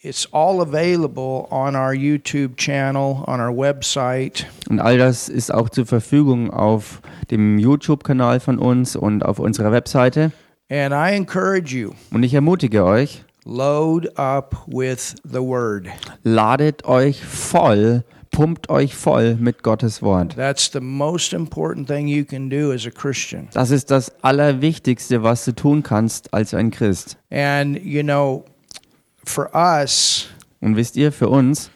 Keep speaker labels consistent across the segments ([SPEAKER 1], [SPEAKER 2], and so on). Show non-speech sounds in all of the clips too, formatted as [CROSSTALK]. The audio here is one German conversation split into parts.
[SPEAKER 1] It's all available on our YouTube channel, on our website.
[SPEAKER 2] Und all das ist auch zur Verfügung auf dem YouTube-Kanal von uns und auf unserer Webseite.
[SPEAKER 1] And I encourage you,
[SPEAKER 2] Und ich ermutige euch,
[SPEAKER 1] load up with the Word.
[SPEAKER 2] ladet euch voll, pumpt euch voll mit Gottes Wort.
[SPEAKER 1] That's the most important thing you can do as a Christian.
[SPEAKER 2] Das ist das Allerwichtigste, was du tun kannst als ein Christ.
[SPEAKER 1] And, you know, for us,
[SPEAKER 2] Und wisst ihr, für uns,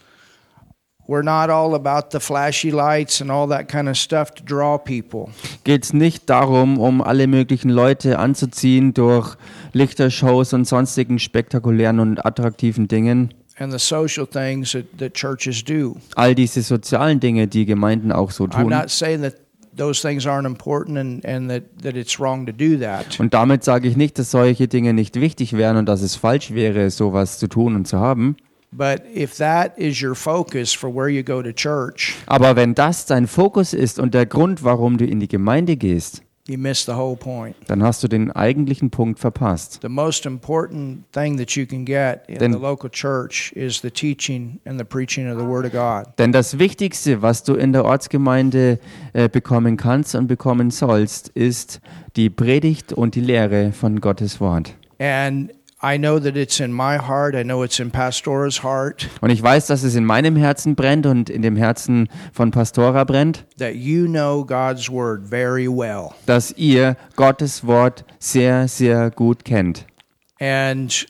[SPEAKER 1] we're not all about the flashy lights and all that kind of stuff to draw people.
[SPEAKER 2] geht es nicht darum, um alle möglichen Leute anzuziehen durch Lichtershows und sonstigen spektakulären und attraktiven Dingen.
[SPEAKER 1] and the social things that, that churches do.
[SPEAKER 2] All diese sozialen Dinge, die Gemeinden auch so
[SPEAKER 1] I'm
[SPEAKER 2] tun.
[SPEAKER 1] not saying that those things aren't important and, and that, that it's wrong to do that.
[SPEAKER 2] Und damit sage ich nicht, dass solche Dinge nicht wichtig wären und dass es falsch wäre, sowas zu tun und zu haben.
[SPEAKER 1] But if that is your focus for where you go to church,
[SPEAKER 2] Aber wenn das dein Fokus ist und der Grund, warum du in die Gemeinde gehst,
[SPEAKER 1] you miss the whole point.
[SPEAKER 2] dann hast du den eigentlichen Punkt verpasst.
[SPEAKER 1] The most important thing that you can get in
[SPEAKER 2] Then-
[SPEAKER 1] the local church is the teaching and the preaching of the Word of God.
[SPEAKER 2] Denn das Wichtigste, was du in der Ortsgemeinde äh, bekommen kannst und bekommen sollst, ist die Predigt und die Lehre von Gottes Wort.
[SPEAKER 1] And I know that it's in my heart, I know it's in Pastora's heart,
[SPEAKER 2] Und ich weiß, dass es in meinem Herzen brennt und in dem Herzen von Pastora brennt,
[SPEAKER 1] that you know God's Word very well.
[SPEAKER 2] dass ihr Gottes Wort sehr, sehr gut kennt.
[SPEAKER 1] And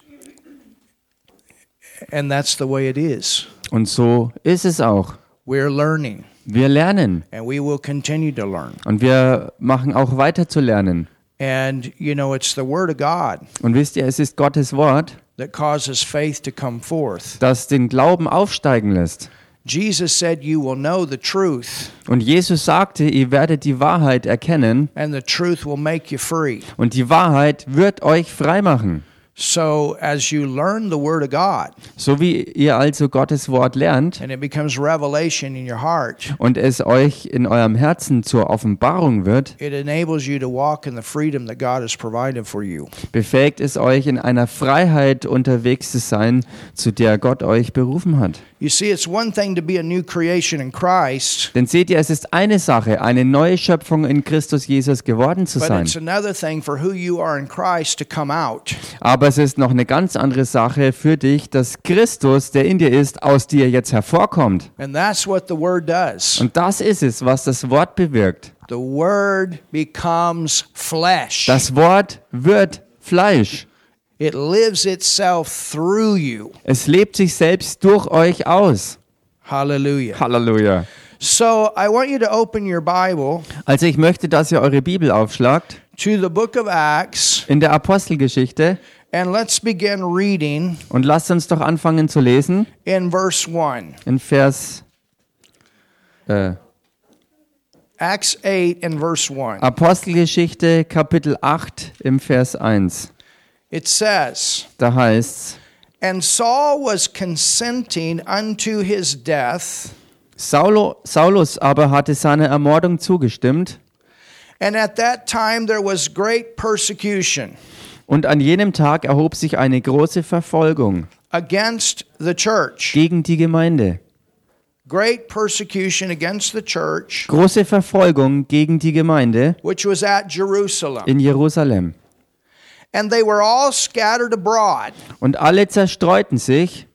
[SPEAKER 1] and that's the way it is.
[SPEAKER 2] Und so ist es auch.
[SPEAKER 1] We're learning,
[SPEAKER 2] Wir lernen
[SPEAKER 1] and we will continue to learn.
[SPEAKER 2] und wir machen auch weiter zu lernen.
[SPEAKER 1] And, you know, it's the Word of God
[SPEAKER 2] Und wisst ihr, es ist Gottes Wort,
[SPEAKER 1] that causes faith to come forth.
[SPEAKER 2] das den Glauben aufsteigen lässt.
[SPEAKER 1] Jesus said, You will know the truth,
[SPEAKER 2] Und Jesus sagte, ihr werdet die Wahrheit erkennen
[SPEAKER 1] and the truth will make you free.
[SPEAKER 2] und die Wahrheit wird euch frei machen.
[SPEAKER 1] So, as you learn the Word of God
[SPEAKER 2] So wie ihr also Gottes Wort lernt
[SPEAKER 1] and it becomes revelation in your heart,
[SPEAKER 2] und es euch in eurem Herzen zur Offenbarung wird,
[SPEAKER 1] it enables you to walk in the freedom that God has provided for you.
[SPEAKER 2] befähigt es euch in einer Freiheit unterwegs zu sein, zu der Gott euch berufen hat.
[SPEAKER 1] You see, it's one thing to be a new creation in Christ,
[SPEAKER 2] Denn seht ihr, es ist eine Sache, eine neue Schöpfung in Christus Jesus geworden zu
[SPEAKER 1] but
[SPEAKER 2] sein.
[SPEAKER 1] it's another thing for who you are in Christ to come out.
[SPEAKER 2] Aber es ist noch eine ganz andere Sache für dich, dass Christus, der in dir ist, aus dir jetzt hervorkommt.
[SPEAKER 1] And that's what the Word does.
[SPEAKER 2] Und das ist es, was das Wort bewirkt.
[SPEAKER 1] The Word becomes flesh.
[SPEAKER 2] Das Wort wird Fleisch.
[SPEAKER 1] it lives itself through you.
[SPEAKER 2] Es lebt sich selbst durch euch aus.
[SPEAKER 1] Hallelujah.
[SPEAKER 2] Halleluja.
[SPEAKER 1] So I want you to open your Bible
[SPEAKER 2] Also ich möchte, dass ihr eure Bibel aufschlagt
[SPEAKER 1] to the book of Acts
[SPEAKER 2] in der Apostelgeschichte
[SPEAKER 1] and let's begin reading
[SPEAKER 2] und lasst uns doch anfangen zu lesen
[SPEAKER 1] in verse 1.
[SPEAKER 2] in Vers äh,
[SPEAKER 1] Acts 8 and verse 1.
[SPEAKER 2] Apostelgeschichte Kapitel 8 im Vers 1.
[SPEAKER 1] It says,
[SPEAKER 2] Da heißt's:
[SPEAKER 1] And Saul was consenting unto his death,
[SPEAKER 2] Saulo, Saulus aber hatte seiner Ermordung zugestimmt
[SPEAKER 1] and at that time there was great persecution
[SPEAKER 2] und an jenem Tag erhob sich eine große Verfolgung
[SPEAKER 1] against the church.
[SPEAKER 2] gegen die Gemeinde.
[SPEAKER 1] Great persecution against the church.
[SPEAKER 2] Große Verfolgung gegen die Gemeinde
[SPEAKER 1] which was at Jerusalem.
[SPEAKER 2] in Jerusalem.
[SPEAKER 1] And they were all scattered abroad
[SPEAKER 2] Und alle zerstreuten sich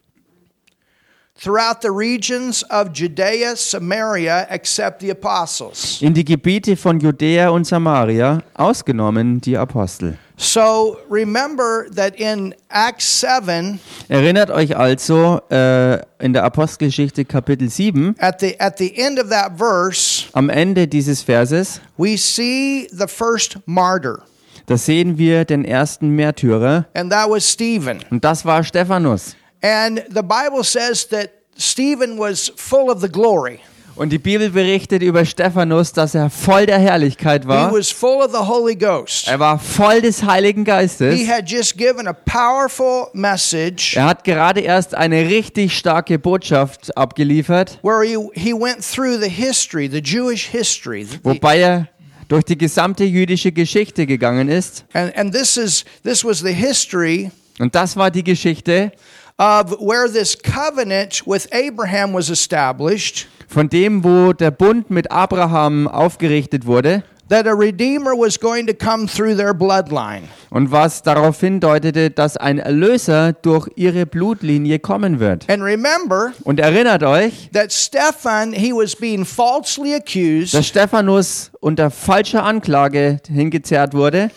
[SPEAKER 1] throughout the regions of Judea, Samaria, except the apostles.
[SPEAKER 2] in die Gebiete von Judäa und Samaria, ausgenommen die Apostel.
[SPEAKER 1] So remember that in Acts 7,
[SPEAKER 2] Erinnert euch also äh, in der Apostelgeschichte Kapitel 7,
[SPEAKER 1] at the, at the end of that verse,
[SPEAKER 2] am Ende dieses Verses,
[SPEAKER 1] we see the first martyr,
[SPEAKER 2] da sehen wir den ersten Märtyrer
[SPEAKER 1] and that was Stephen.
[SPEAKER 2] und das war Stephanus.
[SPEAKER 1] And the Bible says that Stephen was full of the glory,
[SPEAKER 2] Und die Bibel berichtet über Stephanus, dass er voll der Herrlichkeit
[SPEAKER 1] he
[SPEAKER 2] war.
[SPEAKER 1] was full of the Holy Ghost.
[SPEAKER 2] Er war voll des Heiligen
[SPEAKER 1] He
[SPEAKER 2] Geistes.
[SPEAKER 1] had just given a powerful message.
[SPEAKER 2] Er hat gerade erst eine richtig starke Botschaft abgeliefert,
[SPEAKER 1] where he, he went through the history, the Jewish history.
[SPEAKER 2] wobei er durch die gesamte jüdische Geschichte gegangen ist.
[SPEAKER 1] And, and this, is, this was the history
[SPEAKER 2] Und das war die Geschichte
[SPEAKER 1] of where this covenant with Abraham was established,
[SPEAKER 2] Von dem, wo der Bund mit Abraham aufgerichtet wurde
[SPEAKER 1] that a redeemer was going to come through their bloodline.
[SPEAKER 2] und was darauf hindeutete, dass ein Erlöser durch ihre Blutlinie kommen wird.
[SPEAKER 1] And remember
[SPEAKER 2] Und erinnert euch,
[SPEAKER 1] that Stephan, he was being falsely accused,
[SPEAKER 2] dass Stephanus unter falscher Anklage hingezerrt wurde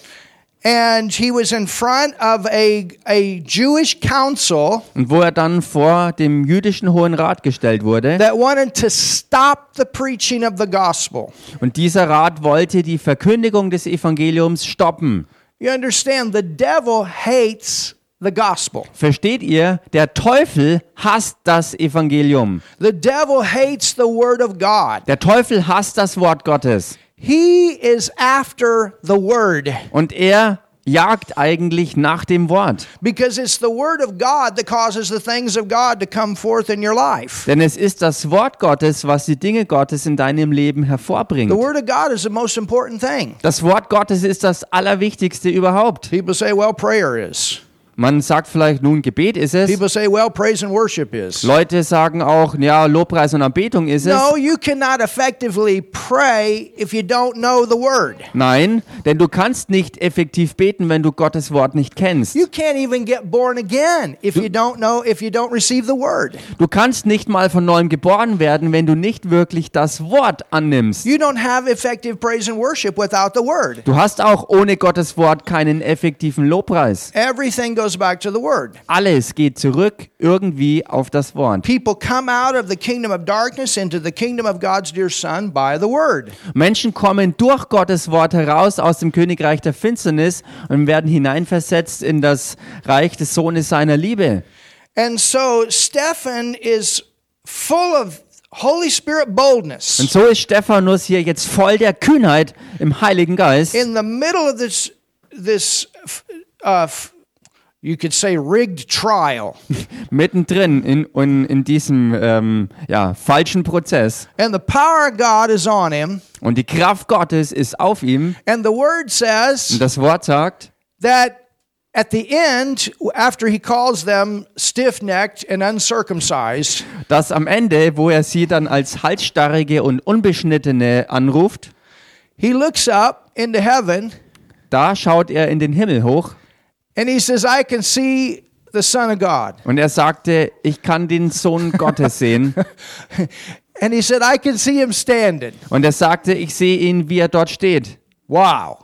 [SPEAKER 1] and he was in front of a, a Jewish council
[SPEAKER 2] und wo er dann vor dem jüdischen Hohen Rat gestellt wurde.
[SPEAKER 1] that wanted to stop the preaching of the gospel.
[SPEAKER 2] Und dieser Rat wollte die Verkündigung des Evangeliums stoppen.
[SPEAKER 1] You understand, the devil hates the gospel.
[SPEAKER 2] Versteht ihr? Der Teufel hasst das Evangelium.
[SPEAKER 1] The devil hates the word of God.
[SPEAKER 2] Der Teufel hasst das Wort Gottes.
[SPEAKER 1] He is after the word
[SPEAKER 2] Und er jagt eigentlich nach dem Wort.
[SPEAKER 1] because it's the word of God that causes the things of God to come forth in your life.
[SPEAKER 2] Denn es ist das Wort Gottes, was die Dinge Gottes in deinem Leben hervorbringt.
[SPEAKER 1] The word of God is the most important thing.
[SPEAKER 2] Das Wort Gottes ist das Allerwichtigste überhaupt.
[SPEAKER 1] People say, well, prayer is.
[SPEAKER 2] Man sagt vielleicht, nun, Gebet ist es.
[SPEAKER 1] People say, well, praise and worship is.
[SPEAKER 2] Leute sagen auch, ja, Lobpreis und Anbetung ist es.
[SPEAKER 1] No, you cannot effectively pray if you don't know the word.
[SPEAKER 2] Nein, denn du kannst nicht effektiv beten, wenn du Gottes Wort nicht kennst.
[SPEAKER 1] You can't even get born again if you don't know, if you don't receive the word.
[SPEAKER 2] Du kannst nicht mal von neuem geboren werden, wenn du nicht wirklich das Wort annimmst.
[SPEAKER 1] You don't have effective praise and worship without the word.
[SPEAKER 2] Du hast auch ohne Gottes Wort keinen effektiven Lobpreis.
[SPEAKER 1] Everything goes back to the word.
[SPEAKER 2] Alles geht zurück irgendwie auf das Wort.
[SPEAKER 1] People come out of the kingdom of darkness into the kingdom of God's dear son by the word.
[SPEAKER 2] Menschen kommen durch Gottes Wort heraus aus dem Königreich der Finsternis und werden hineinversetzt in das Reich des Sohnes seiner Liebe.
[SPEAKER 1] And so Stephan is full of Holy Spirit
[SPEAKER 2] Und
[SPEAKER 1] boldness.
[SPEAKER 2] so ist Stephanus hier jetzt voll der Kühnheit im Heiligen Geist.
[SPEAKER 1] In the middle of this this uh, f- you could say rigged trial.
[SPEAKER 2] mittendrin in, in, in diesem ähm, ja, falschen Prozess.
[SPEAKER 1] And the power of God is on him.
[SPEAKER 2] Und die Kraft Gottes ist auf ihm.
[SPEAKER 1] And the word says
[SPEAKER 2] Und das Wort sagt,
[SPEAKER 1] that at the end, after he calls them stiff necked and uncircumcised,
[SPEAKER 2] dass am Ende, wo er sie dann als halsstarrige und unbeschnittene anruft,
[SPEAKER 1] he looks up into heaven
[SPEAKER 2] da schaut er in den Himmel hoch
[SPEAKER 1] and he says, I can see the Son of God.
[SPEAKER 2] und er sagte, ich kann den Sohn Gottes sehen.
[SPEAKER 1] And he said, I can see him standing.
[SPEAKER 2] Und er sagte, ich sehe ihn, wie er dort steht.
[SPEAKER 1] Wow.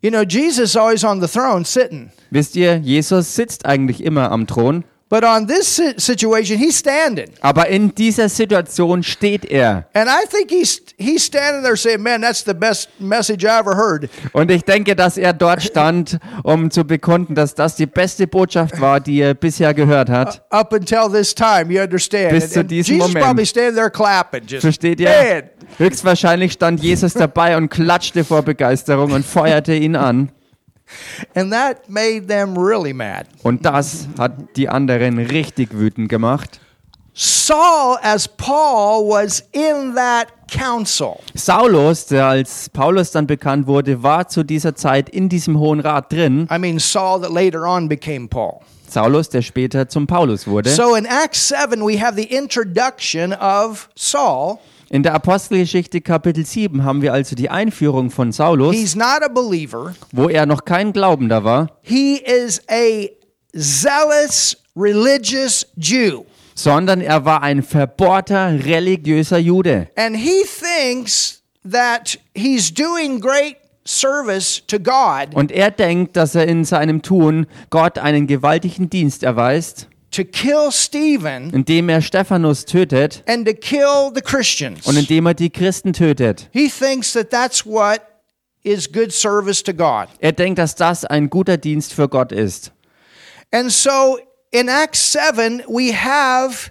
[SPEAKER 1] You know, Jesus is always on the throne sitting.
[SPEAKER 2] Wisst ihr, Jesus sitzt eigentlich immer am Thron,
[SPEAKER 1] But on this si- situation, he's standing.
[SPEAKER 2] aber in dieser Situation steht er.
[SPEAKER 1] And I think he's, he's standing there saying, Man, that's the best message I ever heard.
[SPEAKER 2] Und ich denke, dass er dort stand, um zu bekunden, dass das die beste Botschaft war, die er bisher gehört hat.
[SPEAKER 1] up until this time. You understand?
[SPEAKER 2] Bis
[SPEAKER 1] And-
[SPEAKER 2] zu
[SPEAKER 1] and
[SPEAKER 2] diesem
[SPEAKER 1] Jesus
[SPEAKER 2] Moment.
[SPEAKER 1] probably standing there clapping, just
[SPEAKER 2] Versteht ihr?
[SPEAKER 1] man.
[SPEAKER 2] Höchstwahrscheinlich stand Jesus dabei und klatschte vor Begeisterung und feuerte ihn an.
[SPEAKER 1] And that made them really mad.
[SPEAKER 2] Und das hat die anderen richtig wütend gemacht.
[SPEAKER 1] Saul, as Paul, was in that council.
[SPEAKER 2] Saulus, der als Paulus dann bekannt wurde, war zu dieser Zeit in diesem Hohen Rat drin.
[SPEAKER 1] I mean, Saul that later on became Paul.
[SPEAKER 2] Saulus, der später zum Paulus wurde.
[SPEAKER 1] So in Acts 7, we have the introduction of Saul.
[SPEAKER 2] In der Apostelgeschichte Kapitel 7 haben wir also die Einführung von Saulus,
[SPEAKER 1] He's not a believer,
[SPEAKER 2] wo er noch kein Glaubender war.
[SPEAKER 1] he is a zealous religious Jew.
[SPEAKER 2] sondern er war ein verbohrter religiöser Jude.
[SPEAKER 1] And he thinks that he's doing great service to God
[SPEAKER 2] Und er denkt, dass er in seinem Tun Gott einen gewaltigen Dienst erweist,
[SPEAKER 1] to kill Stephen
[SPEAKER 2] indem er Stephanus tötet
[SPEAKER 1] and to kill the Christians.
[SPEAKER 2] und indem er die Christen tötet.
[SPEAKER 1] He thinks that that's what is good service to God.
[SPEAKER 2] Er denkt, dass das ein guter Dienst für Gott ist.
[SPEAKER 1] And so in Acts 7, we have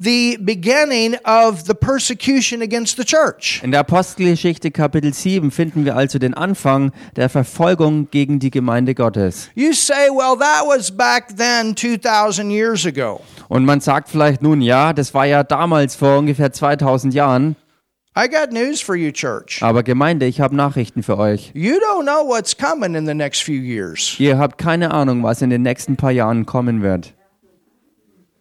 [SPEAKER 1] the beginning of the persecution against the church.
[SPEAKER 2] In der Apostelgeschichte Kapitel 7 finden wir also den Anfang der Verfolgung gegen die Gemeinde Gottes.
[SPEAKER 1] You say, well, that was back then 2,000 years ago.
[SPEAKER 2] Und man sagt vielleicht nun, ja, das war ja damals vor ungefähr 2000 Jahren.
[SPEAKER 1] I got news for you, church.
[SPEAKER 2] Aber Gemeinde, ich habe Nachrichten für euch.
[SPEAKER 1] You don't know what's coming in the next few years.
[SPEAKER 2] Ihr habt keine Ahnung, was in den nächsten paar Jahren kommen wird.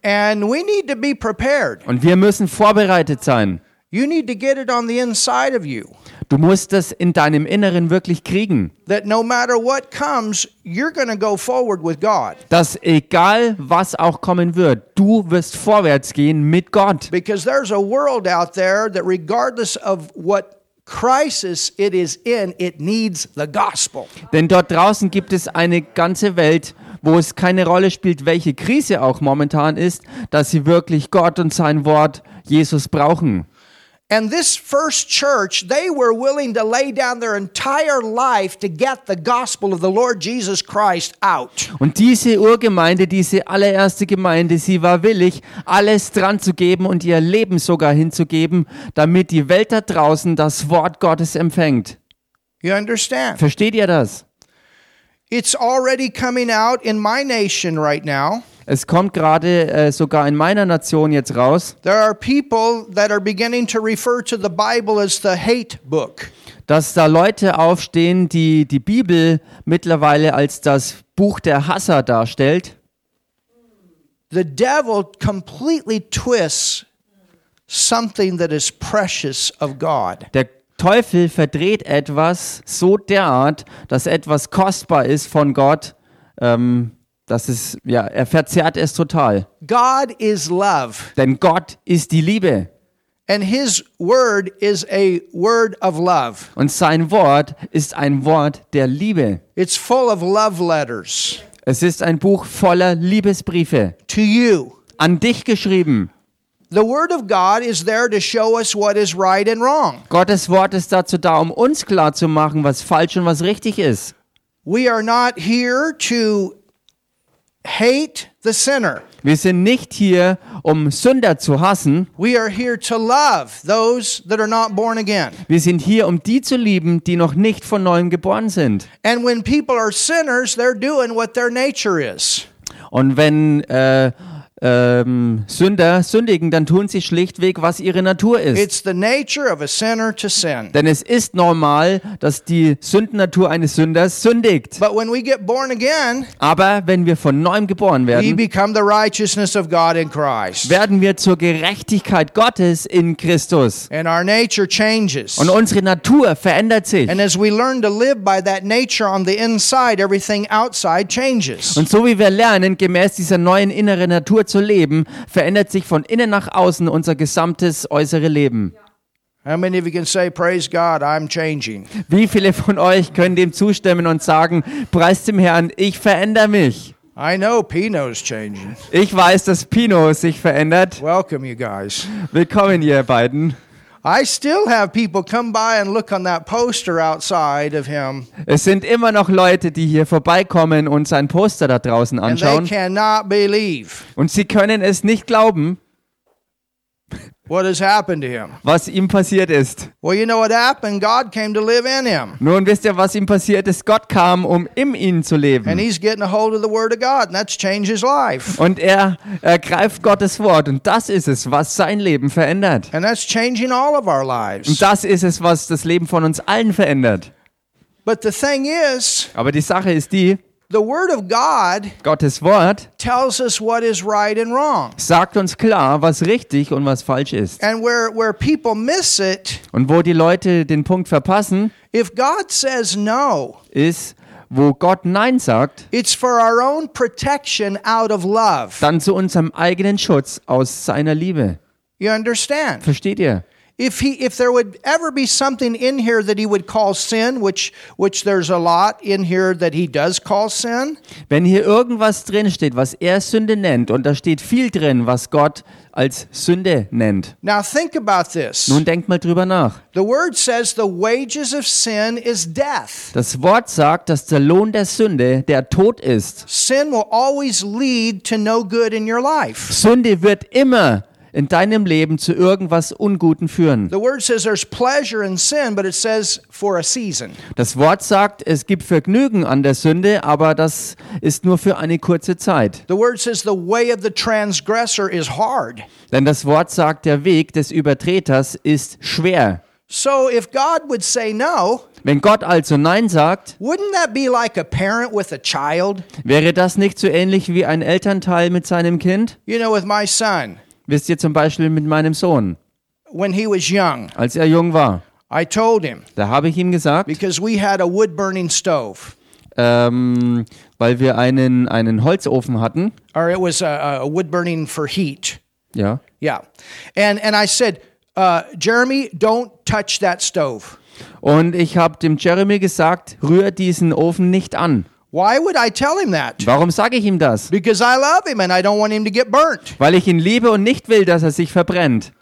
[SPEAKER 1] And we need to be prepared.
[SPEAKER 2] Und wir müssen vorbereitet sein.
[SPEAKER 1] You need to get it on the inside of you
[SPEAKER 2] Du musst das in deinem Inneren wirklich kriegen,
[SPEAKER 1] that no matter what comes, you're going to go forward with God
[SPEAKER 2] dass egal was auch kommen wird, du wirst vorwärts gehen mit Gott.
[SPEAKER 1] because there's a world out there that, regardless of what crisis it is in, it needs the gospel.
[SPEAKER 2] Denn dort draußen gibt es eine ganze Welt, wo es keine Rolle spielt, welche Krise auch momentan ist, dass sie wirklich Gott und sein Wort Jesus brauchen.
[SPEAKER 1] And this first church, they were willing to lay down their entire life to get the gospel of the Lord Jesus Christ out.
[SPEAKER 2] Und diese Urgemeinde, diese allererste Gemeinde, sie war willig, alles dran zu geben und ihr Leben sogar hinzugeben, damit die Welt da draußen das Wort Gottes empfängt.
[SPEAKER 1] You understand?
[SPEAKER 2] Versteht ihr das?
[SPEAKER 1] It's already coming out in my nation right now.
[SPEAKER 2] Es kommt gerade äh, sogar in meiner Nation jetzt raus,
[SPEAKER 1] There are people that are beginning to refer to the Bible as the hate book.
[SPEAKER 2] dass da Leute aufstehen, die die Bibel mittlerweile als das Buch der Hasser darstellt.
[SPEAKER 1] The devil completely twists something that is precious of God.
[SPEAKER 2] Der Teufel verdreht etwas so derart, dass etwas kostbar ist von Gott. Ähm, das ist, ja, er verzerrt es total.
[SPEAKER 1] God is love,
[SPEAKER 2] Denn Gott ist die Liebe
[SPEAKER 1] and his word is a word of love.
[SPEAKER 2] und sein Wort ist ein Wort der Liebe.
[SPEAKER 1] It's full of love letters
[SPEAKER 2] Es ist ein Buch voller Liebesbriefe,
[SPEAKER 1] to you.
[SPEAKER 2] an dich geschrieben.
[SPEAKER 1] The word of God is there to show us what is right and wrong.
[SPEAKER 2] Gottes Wort ist dazu da, um uns klar zu machen, was falsch und was richtig ist.
[SPEAKER 1] We are not here to hate the sinner.
[SPEAKER 2] Wir sind nicht hier, um Sünder zu hassen.
[SPEAKER 1] We are here to love those that are not born again.
[SPEAKER 2] Wir sind hier, um die zu lieben, die noch nicht von neuem geboren sind.
[SPEAKER 1] And when people are sinners, they're doing what their nature is.
[SPEAKER 2] Und wenn äh, ähm, Sünder sündigen, dann tun sie schlichtweg, was ihre Natur ist.
[SPEAKER 1] It's the nature of a sinner to sin.
[SPEAKER 2] Denn es ist normal, dass die Sündennatur eines Sünders sündigt.
[SPEAKER 1] But when we get born again,
[SPEAKER 2] Aber wenn wir von neuem geboren
[SPEAKER 1] we
[SPEAKER 2] werden,
[SPEAKER 1] become the righteousness of God in Christ.
[SPEAKER 2] werden wir zur Gerechtigkeit Gottes in Christus.
[SPEAKER 1] And our nature changes.
[SPEAKER 2] Und unsere Natur verändert sich.
[SPEAKER 1] And as we learn to live by that nature on the inside, everything outside changes.
[SPEAKER 2] Und so wie wir lernen, gemäß dieser neuen inneren Natur zu leben, verändert sich von innen nach außen unser gesamtes äußere Leben.
[SPEAKER 1] How many of you can say, Praise God, I'm changing?
[SPEAKER 2] Wie viele von euch können dem zustimmen und sagen, preis dem Herrn, ich verändere mich.
[SPEAKER 1] I know Pino's changing.
[SPEAKER 2] Ich weiß, dass Pino sich verändert.
[SPEAKER 1] Welcome, you guys.
[SPEAKER 2] Willkommen, ihr beiden.
[SPEAKER 1] I still have people come by and look on that poster outside of him,
[SPEAKER 2] Es sind immer noch Leute, die hier vorbeikommen und sein Poster da draußen
[SPEAKER 1] and they
[SPEAKER 2] anschauen.
[SPEAKER 1] cannot believe
[SPEAKER 2] Und sie können es nicht glauben,
[SPEAKER 1] what has happened to him.
[SPEAKER 2] was ihm passiert ist.
[SPEAKER 1] Well, you know what happened? God came to live in him,
[SPEAKER 2] Nun wisst ihr, was ihm passiert ist. Gott kam, um in ihnen zu leben.
[SPEAKER 1] and he's getting a hold of the Word of God, and that's changed his life.
[SPEAKER 2] Und er ergreift Gottes Wort und das ist es, was sein Leben verändert.
[SPEAKER 1] And that's changing all of our
[SPEAKER 2] Und
[SPEAKER 1] lives.
[SPEAKER 2] das ist es, was das Leben von uns allen verändert.
[SPEAKER 1] But the thing is,
[SPEAKER 2] Aber die Sache ist die,
[SPEAKER 1] the Word of God
[SPEAKER 2] Gottes Wort
[SPEAKER 1] tells us what is right and wrong.
[SPEAKER 2] sagt uns klar, was richtig und was falsch ist.
[SPEAKER 1] And where, where people miss it,
[SPEAKER 2] Und wo die Leute den Punkt verpassen,
[SPEAKER 1] if God says no,
[SPEAKER 2] ist, wo Gott Nein sagt,
[SPEAKER 1] it's for our own protection out of love.
[SPEAKER 2] dann zu unserem eigenen Schutz aus seiner Liebe.
[SPEAKER 1] You understand?
[SPEAKER 2] Versteht ihr?
[SPEAKER 1] If he if there would ever be something in here that he would call sin, which which there's a lot in here that he does call sin,
[SPEAKER 2] Wenn hier irgendwas drinsteht, was er Sünde nennt, und da steht viel drin, was Gott als Sünde nennt,
[SPEAKER 1] now think about this.
[SPEAKER 2] nun denkt mal drüber nach.
[SPEAKER 1] The word says the wages of sin is death.
[SPEAKER 2] Das Wort sagt, dass der Lohn der Sünde der Tod ist.
[SPEAKER 1] Sin will always lead to no good in your life.
[SPEAKER 2] Sünde wird immer in deinem Leben zu irgendwas Unguten führen.
[SPEAKER 1] The word says there's pleasure in sin, but it says for a season.
[SPEAKER 2] Das Wort sagt, es gibt Vergnügen an der Sünde, aber das ist nur für eine kurze Zeit.
[SPEAKER 1] The word says the way of the transgressor is hard.
[SPEAKER 2] Denn das Wort sagt, der Weg des Übertreters ist schwer.
[SPEAKER 1] So if God would say no,
[SPEAKER 2] Wenn Gott also Nein sagt,
[SPEAKER 1] wouldn't that be like a parent with a child?
[SPEAKER 2] wäre das nicht so ähnlich wie ein Elternteil mit seinem Kind?
[SPEAKER 1] You know, with my son,
[SPEAKER 2] Wisst ihr zum Beispiel mit meinem Sohn,
[SPEAKER 1] when he was young,
[SPEAKER 2] als er jung war,
[SPEAKER 1] I told him
[SPEAKER 2] da habe ich ihm gesagt,
[SPEAKER 1] because we had a wood burning stove,
[SPEAKER 2] ähm, weil wir einen, einen Holzofen hatten,
[SPEAKER 1] or it was a, a wood burning for heat.
[SPEAKER 2] ja,
[SPEAKER 1] Yeah. And, and I said, uh, Jeremy, don't touch that stove.
[SPEAKER 2] und ich habe dem Jeremy gesagt, rühr diesen Ofen nicht an.
[SPEAKER 1] Why would I tell him that?
[SPEAKER 2] Warum sage ich ihm das?
[SPEAKER 1] Because I love him and I don't want him to get burnt.
[SPEAKER 2] Weil ich ihn liebe und nicht will, dass er sich verbrennt.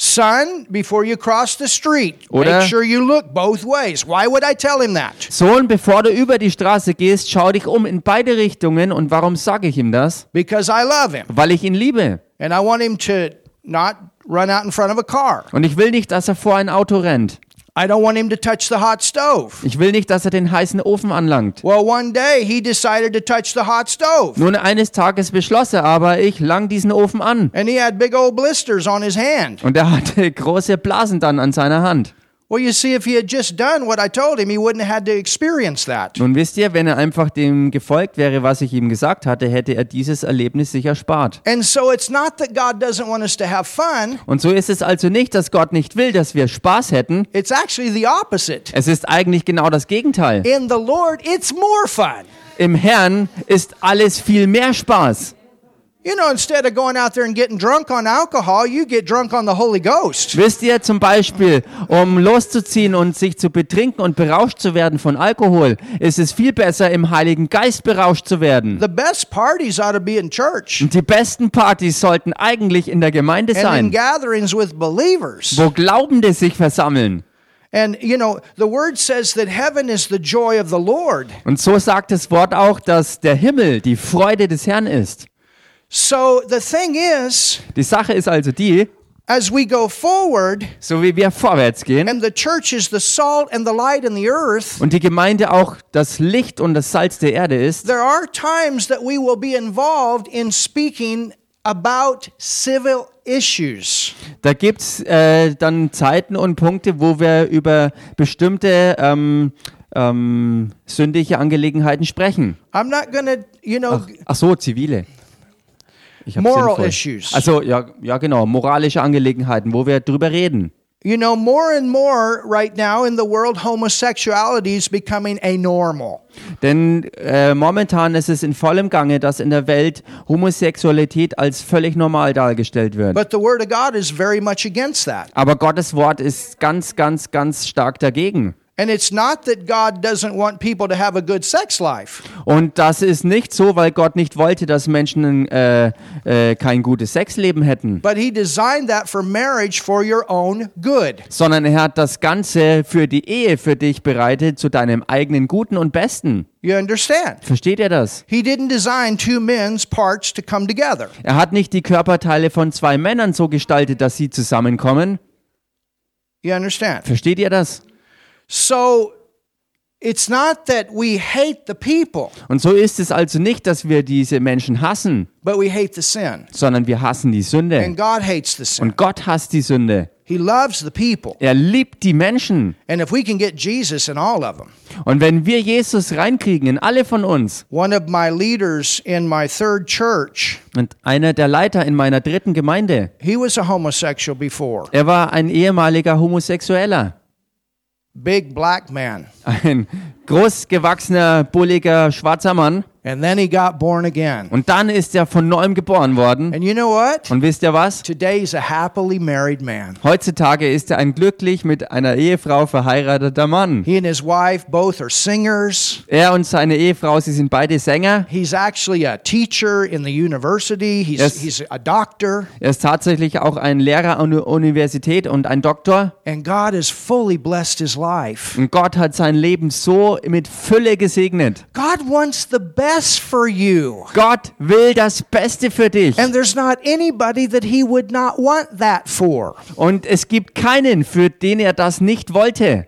[SPEAKER 1] Son, before you cross the street,
[SPEAKER 2] Oder-
[SPEAKER 1] make sure you look both ways. Why would I tell him that?
[SPEAKER 2] Sohn, bevor du über die Straße gehst, schau dich um in beide Richtungen. Und warum sage ich ihm das?
[SPEAKER 1] Because I love him
[SPEAKER 2] Weil ich ihn liebe.
[SPEAKER 1] and I want him to not run out in front of a car.
[SPEAKER 2] Und ich will nicht, dass er vor ein Auto rennt.
[SPEAKER 1] I don't want him to touch the hot stove.
[SPEAKER 2] Ich will nicht, dass er den heißen Ofen anlangt.
[SPEAKER 1] Well, one day he decided to touch the hot stove
[SPEAKER 2] Nun eines Tages beschloss er aber, ich lang diesen Ofen an.
[SPEAKER 1] and he had big old blisters on his hand.
[SPEAKER 2] Und er hatte [LAUGHS] große Blasen dann an seiner Hand.
[SPEAKER 1] Well, you see, if he had just done what I told him, he wouldn't have had to experience that.
[SPEAKER 2] Nun wisst ihr, wenn er einfach dem gefolgt wäre, was ich ihm gesagt hatte, hätte er dieses Erlebnis sich erspart.
[SPEAKER 1] And so it's not that God doesn't want us to have fun,
[SPEAKER 2] Und so ist es also nicht, dass Gott nicht will, dass wir Spaß hätten.
[SPEAKER 1] it's actually the opposite.
[SPEAKER 2] Es ist eigentlich genau das Gegenteil.
[SPEAKER 1] In the Lord, it's more fun.
[SPEAKER 2] Im Herrn ist alles viel mehr Spaß.
[SPEAKER 1] You know, instead of going out there and getting drunk on alcohol, you get drunk on the Holy Ghost.
[SPEAKER 2] Wisst ihr zum Beispiel, um loszuziehen und sich zu betrinken und berauscht zu werden von Alkohol, ist es viel besser, im Heiligen Geist berauscht zu werden.
[SPEAKER 1] The best parties ought to be in church
[SPEAKER 2] Die besten Partys sollten eigentlich in der Gemeinde
[SPEAKER 1] and in
[SPEAKER 2] sein,
[SPEAKER 1] gatherings with believers.
[SPEAKER 2] wo Glaubende sich versammeln.
[SPEAKER 1] And, you know, the word says that heaven is the joy of the Lord.
[SPEAKER 2] Und so sagt das Wort auch, dass der Himmel die Freude des Herrn ist.
[SPEAKER 1] So the thing is,
[SPEAKER 2] Die Sache ist also die,
[SPEAKER 1] as we go forward,
[SPEAKER 2] so wie wir vorwärts gehen
[SPEAKER 1] and the church is the salt and the light in the earth,
[SPEAKER 2] und die Gemeinde auch das Licht und das Salz der Erde ist,
[SPEAKER 1] there are times that we will be involved in speaking about civil issues.
[SPEAKER 2] Da gibt es äh, dann Zeiten und Punkte, wo wir über bestimmte ähm, ähm, sündliche Angelegenheiten sprechen.
[SPEAKER 1] I'm not going to, you know,
[SPEAKER 2] Ach so, zivile. Ich hab's
[SPEAKER 1] Moral
[SPEAKER 2] sinnvoll.
[SPEAKER 1] issues.
[SPEAKER 2] Also ja, ja genau, moralische Angelegenheiten, wo wir drüber reden.
[SPEAKER 1] you know, more and more right now in the world, homosexuality is becoming a normal.
[SPEAKER 2] Denn äh, momentan ist es in vollem Gange, dass in der Welt Homosexualität als völlig normal dargestellt wird.
[SPEAKER 1] But the Word of God is very much against that.
[SPEAKER 2] Aber Gottes Wort ist ganz, ganz, ganz stark dagegen.
[SPEAKER 1] And it's not that God doesn't want people to have a good sex life.
[SPEAKER 2] Und das ist nicht so, weil Gott nicht wollte, dass Menschen äh, äh, kein gutes Sexleben hätten,
[SPEAKER 1] But he designed that for marriage for your own good.
[SPEAKER 2] sondern er hat das Ganze für die Ehe für dich bereitet, zu deinem eigenen Guten und Besten.
[SPEAKER 1] You understand?
[SPEAKER 2] Versteht ihr das?
[SPEAKER 1] He didn't design two men's parts to come together.
[SPEAKER 2] Er hat nicht die Körperteile von zwei Männern so gestaltet, dass sie zusammenkommen.
[SPEAKER 1] You understand?
[SPEAKER 2] Versteht ihr das?
[SPEAKER 1] So it's not that we hate the people,
[SPEAKER 2] Und so ist es also nicht, dass wir diese Menschen hassen,
[SPEAKER 1] but we hate the sin.
[SPEAKER 2] sondern wir hassen die Sünde.
[SPEAKER 1] And God hates the sin.
[SPEAKER 2] Und Gott hasst die Sünde.
[SPEAKER 1] He loves the people.
[SPEAKER 2] Er liebt die Menschen.
[SPEAKER 1] And if we can get Jesus in all of them,
[SPEAKER 2] Und wenn wir Jesus reinkriegen in alle von uns,
[SPEAKER 1] one of my leaders in my third church,
[SPEAKER 2] Und einer der Leiter in meiner dritten Gemeinde,
[SPEAKER 1] he was a homosexual before,
[SPEAKER 2] er war ein ehemaliger Homosexueller.
[SPEAKER 1] big black man.
[SPEAKER 2] Ein großgewachsener, bulliger, schwarzer Mann.
[SPEAKER 1] And then he got born again.
[SPEAKER 2] Und dann ist er von neuem geboren worden.
[SPEAKER 1] And you know what?
[SPEAKER 2] Und wisst ihr was?
[SPEAKER 1] Today's a happily married man.
[SPEAKER 2] Heutzutage ist er ein glücklich mit einer Ehefrau verheirateter Mann.
[SPEAKER 1] He and his wife both are singers.
[SPEAKER 2] Er und seine Ehefrau, sie sind beide Sänger.
[SPEAKER 1] He's actually a teacher in the university. He's,
[SPEAKER 2] Yes.
[SPEAKER 1] he's a doctor.
[SPEAKER 2] Er ist tatsächlich auch ein Lehrer an der Universität und ein Doktor.
[SPEAKER 1] And God has fully blessed his life.
[SPEAKER 2] Und Gott hat sein Leben so so mit Fülle gesegnet.
[SPEAKER 1] God wants the best for you.
[SPEAKER 2] Gott will das Beste für dich.
[SPEAKER 1] And there's not anybody that he would not want that for.
[SPEAKER 2] Und es gibt keinen, für den er das nicht wollte.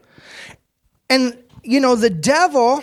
[SPEAKER 1] And you know, the devil,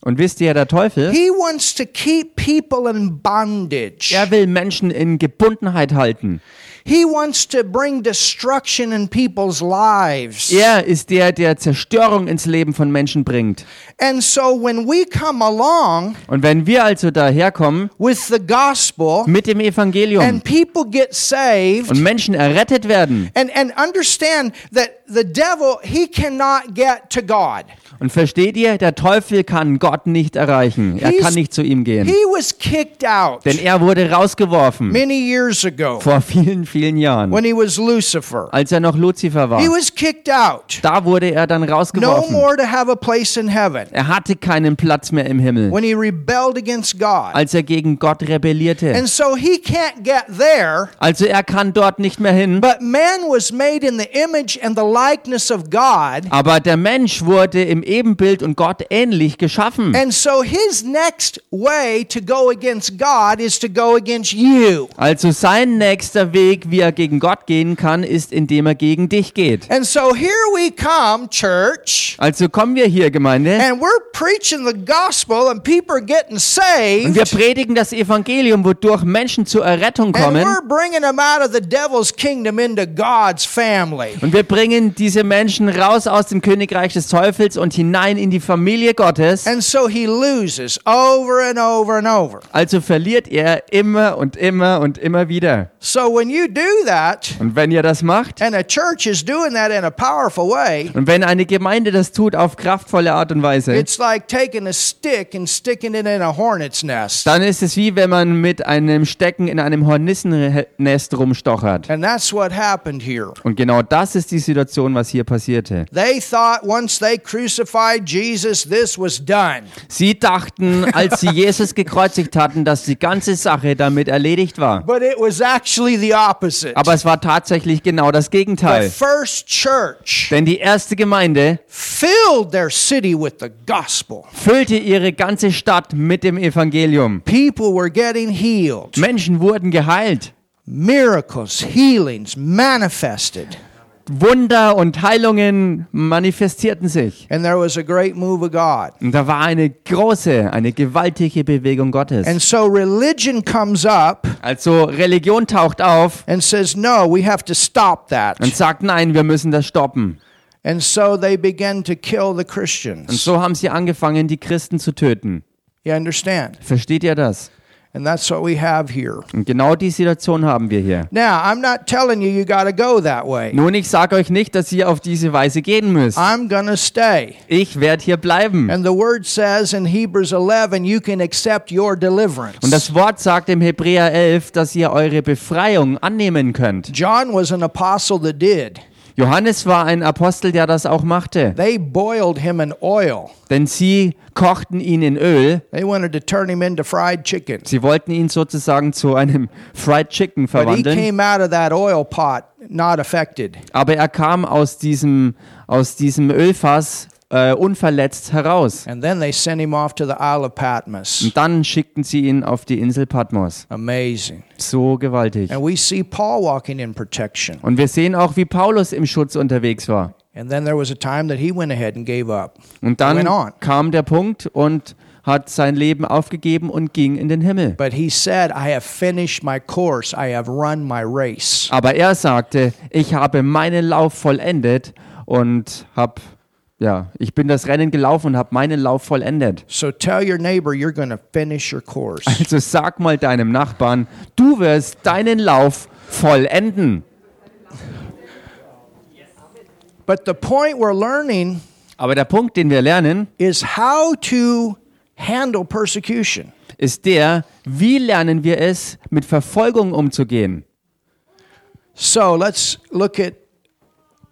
[SPEAKER 2] Und wisst ihr, der Teufel,
[SPEAKER 1] he wants to keep people in bondage.
[SPEAKER 2] er will Menschen in Gebundenheit halten.
[SPEAKER 1] He wants to bring destruction in people's lives.
[SPEAKER 2] Er ist der, der Zerstörung ins Leben von Menschen bringt.
[SPEAKER 1] And so when we come along
[SPEAKER 2] Und wenn wir also daherkommen
[SPEAKER 1] with the gospel
[SPEAKER 2] mit dem Evangelium
[SPEAKER 1] and people get saved
[SPEAKER 2] und Menschen errettet werden
[SPEAKER 1] and, and understand that the devil, he cannot get to God.
[SPEAKER 2] und versteht ihr, der Teufel kann Gott nicht erreichen. Er
[SPEAKER 1] He's-
[SPEAKER 2] kann nicht zu ihm gehen.
[SPEAKER 1] He was kicked out
[SPEAKER 2] Denn er wurde rausgeworfen
[SPEAKER 1] many years ago
[SPEAKER 2] vor vielen, vielen Jahren,
[SPEAKER 1] when he was Lucifer.
[SPEAKER 2] als er noch Luzifer war.
[SPEAKER 1] He was kicked out.
[SPEAKER 2] Da wurde er dann
[SPEAKER 1] No
[SPEAKER 2] rausgeworfen.
[SPEAKER 1] more to have a place in heaven
[SPEAKER 2] Er hatte keinen Platz mehr im Himmel,
[SPEAKER 1] when he rebelled against God.
[SPEAKER 2] als er gegen Gott rebellierte.
[SPEAKER 1] And so he can't get there.
[SPEAKER 2] Also er kann dort nicht mehr hin.
[SPEAKER 1] But man was made in the image and the likeness of God.
[SPEAKER 2] Aber der Mensch wurde im Ebenbild und Gott ähnlich geschaffen.
[SPEAKER 1] And so his next way to go against God is to go against you.
[SPEAKER 2] Also sein nächster Weg, wie er gegen Gott gehen kann, ist, indem er gegen dich geht.
[SPEAKER 1] And so here we come, church,
[SPEAKER 2] Also kommen wir hier, Gemeinde,
[SPEAKER 1] and we're preaching the gospel, and people are getting
[SPEAKER 2] und
[SPEAKER 1] saved.
[SPEAKER 2] wir predigen das Evangelium, wodurch Menschen zur Errettung
[SPEAKER 1] And
[SPEAKER 2] kommen.
[SPEAKER 1] we're bringing them out of the devil's kingdom into God's family.
[SPEAKER 2] Und wir bringen diese Menschen raus aus dem Königreich des Teufels und hinein in die Familie Gottes.
[SPEAKER 1] And so he loses over and over and over.
[SPEAKER 2] Also verliert er immer und immer und immer wieder.
[SPEAKER 1] So when you do that,
[SPEAKER 2] Und wenn ihr das macht,
[SPEAKER 1] and a church is doing that in a powerful way,
[SPEAKER 2] und wenn eine Gemeinde das tut auf kraftvolle Art und Weise,
[SPEAKER 1] it's like taking a stick and sticking it in a hornet's nest.
[SPEAKER 2] dann ist es wie wenn man mit einem Stecken in einem Hornissennest rumstochert.
[SPEAKER 1] And that's what happened here.
[SPEAKER 2] Und genau das ist die Situation, was hier passierte.
[SPEAKER 1] They thought once they crucified Jesus, this was done.
[SPEAKER 2] Sie dachten, als sie Jesus gekreuzigt hatten, dass die ganze Sache damit erledigt war.
[SPEAKER 1] But it was actually the opposite.
[SPEAKER 2] Aber es war tatsächlich genau das
[SPEAKER 1] The
[SPEAKER 2] Gegenteil.
[SPEAKER 1] first church
[SPEAKER 2] Denn die erste Gemeinde
[SPEAKER 1] filled their city with the gospel.
[SPEAKER 2] füllte ihre ganze Stadt mit dem Evangelium.
[SPEAKER 1] People were getting healed.
[SPEAKER 2] Menschen wurden geheilt.
[SPEAKER 1] Miracles, healings manifested.
[SPEAKER 2] Wunder und Heilungen manifestierten sich.
[SPEAKER 1] And there was a great move of God.
[SPEAKER 2] Und da war eine große, eine gewaltige Bewegung Gottes.
[SPEAKER 1] And so religion comes up
[SPEAKER 2] Also Religion taucht auf
[SPEAKER 1] and says, No, we have to stop that.
[SPEAKER 2] und sagt, nein, wir müssen das stoppen.
[SPEAKER 1] And so they begin to kill the
[SPEAKER 2] Und
[SPEAKER 1] Christians.
[SPEAKER 2] so haben sie angefangen, die Christen zu töten.
[SPEAKER 1] You understand?
[SPEAKER 2] Versteht ihr das?
[SPEAKER 1] And that's what we have here.
[SPEAKER 2] Und genau die Situation haben wir hier.
[SPEAKER 1] Now, I'm not telling you you got to go that way.
[SPEAKER 2] Nun, ich sage euch nicht, dass ihr auf diese Weise gehen müsst.
[SPEAKER 1] I'm going to stay.
[SPEAKER 2] Ich werde hier bleiben.
[SPEAKER 1] And the word says in Hebrews 11, you can accept your
[SPEAKER 2] Und
[SPEAKER 1] deliverance.
[SPEAKER 2] das Wort sagt im Hebräer 11, dass ihr eure Befreiung annehmen könnt.
[SPEAKER 1] John was an apostle that did.
[SPEAKER 2] Johannes war ein Apostel, der das auch machte.
[SPEAKER 1] They boiled him in oil.
[SPEAKER 2] Denn sie kochten ihn in Öl.
[SPEAKER 1] They wanted to turn him into fried chicken.
[SPEAKER 2] Sie wollten ihn sozusagen zu einem [LAUGHS] Fried Chicken
[SPEAKER 1] But he
[SPEAKER 2] verwandeln.
[SPEAKER 1] came out of that oil pot not affected.
[SPEAKER 2] Aber er kam aus diesem, aus diesem Ölfass äh, unverletzt heraus.
[SPEAKER 1] And then they sent him off to the Isle of Patmos.
[SPEAKER 2] Und dann schickten sie ihn auf die Insel Patmos.
[SPEAKER 1] Amazing.
[SPEAKER 2] So gewaltig.
[SPEAKER 1] And we see Paul walking in protection.
[SPEAKER 2] Und wir sehen auch, wie Paulus im Schutz unterwegs war.
[SPEAKER 1] And then there was a time that he went ahead and gave up. Went
[SPEAKER 2] Und dann
[SPEAKER 1] on.
[SPEAKER 2] kam der Punkt und hat sein Leben aufgegeben und ging in den Himmel.
[SPEAKER 1] But he said, I have finished my course, I have run my race.
[SPEAKER 2] Aber er sagte, ich habe meinen Lauf vollendet und hab, ja, ich bin das Rennen gelaufen und habe meinen Lauf vollendet.
[SPEAKER 1] So tell your neighbor you're going to finish your course.
[SPEAKER 2] [LAUGHS] Also sag mal deinem Nachbarn, du wirst deinen Lauf vollenden.
[SPEAKER 1] But the point we're learning
[SPEAKER 2] Aber der Punkt, den wir lernen,
[SPEAKER 1] is how to handle persecution.
[SPEAKER 2] ist der, wie lernen wir es, mit Verfolgung umzugehen?
[SPEAKER 1] So let's look at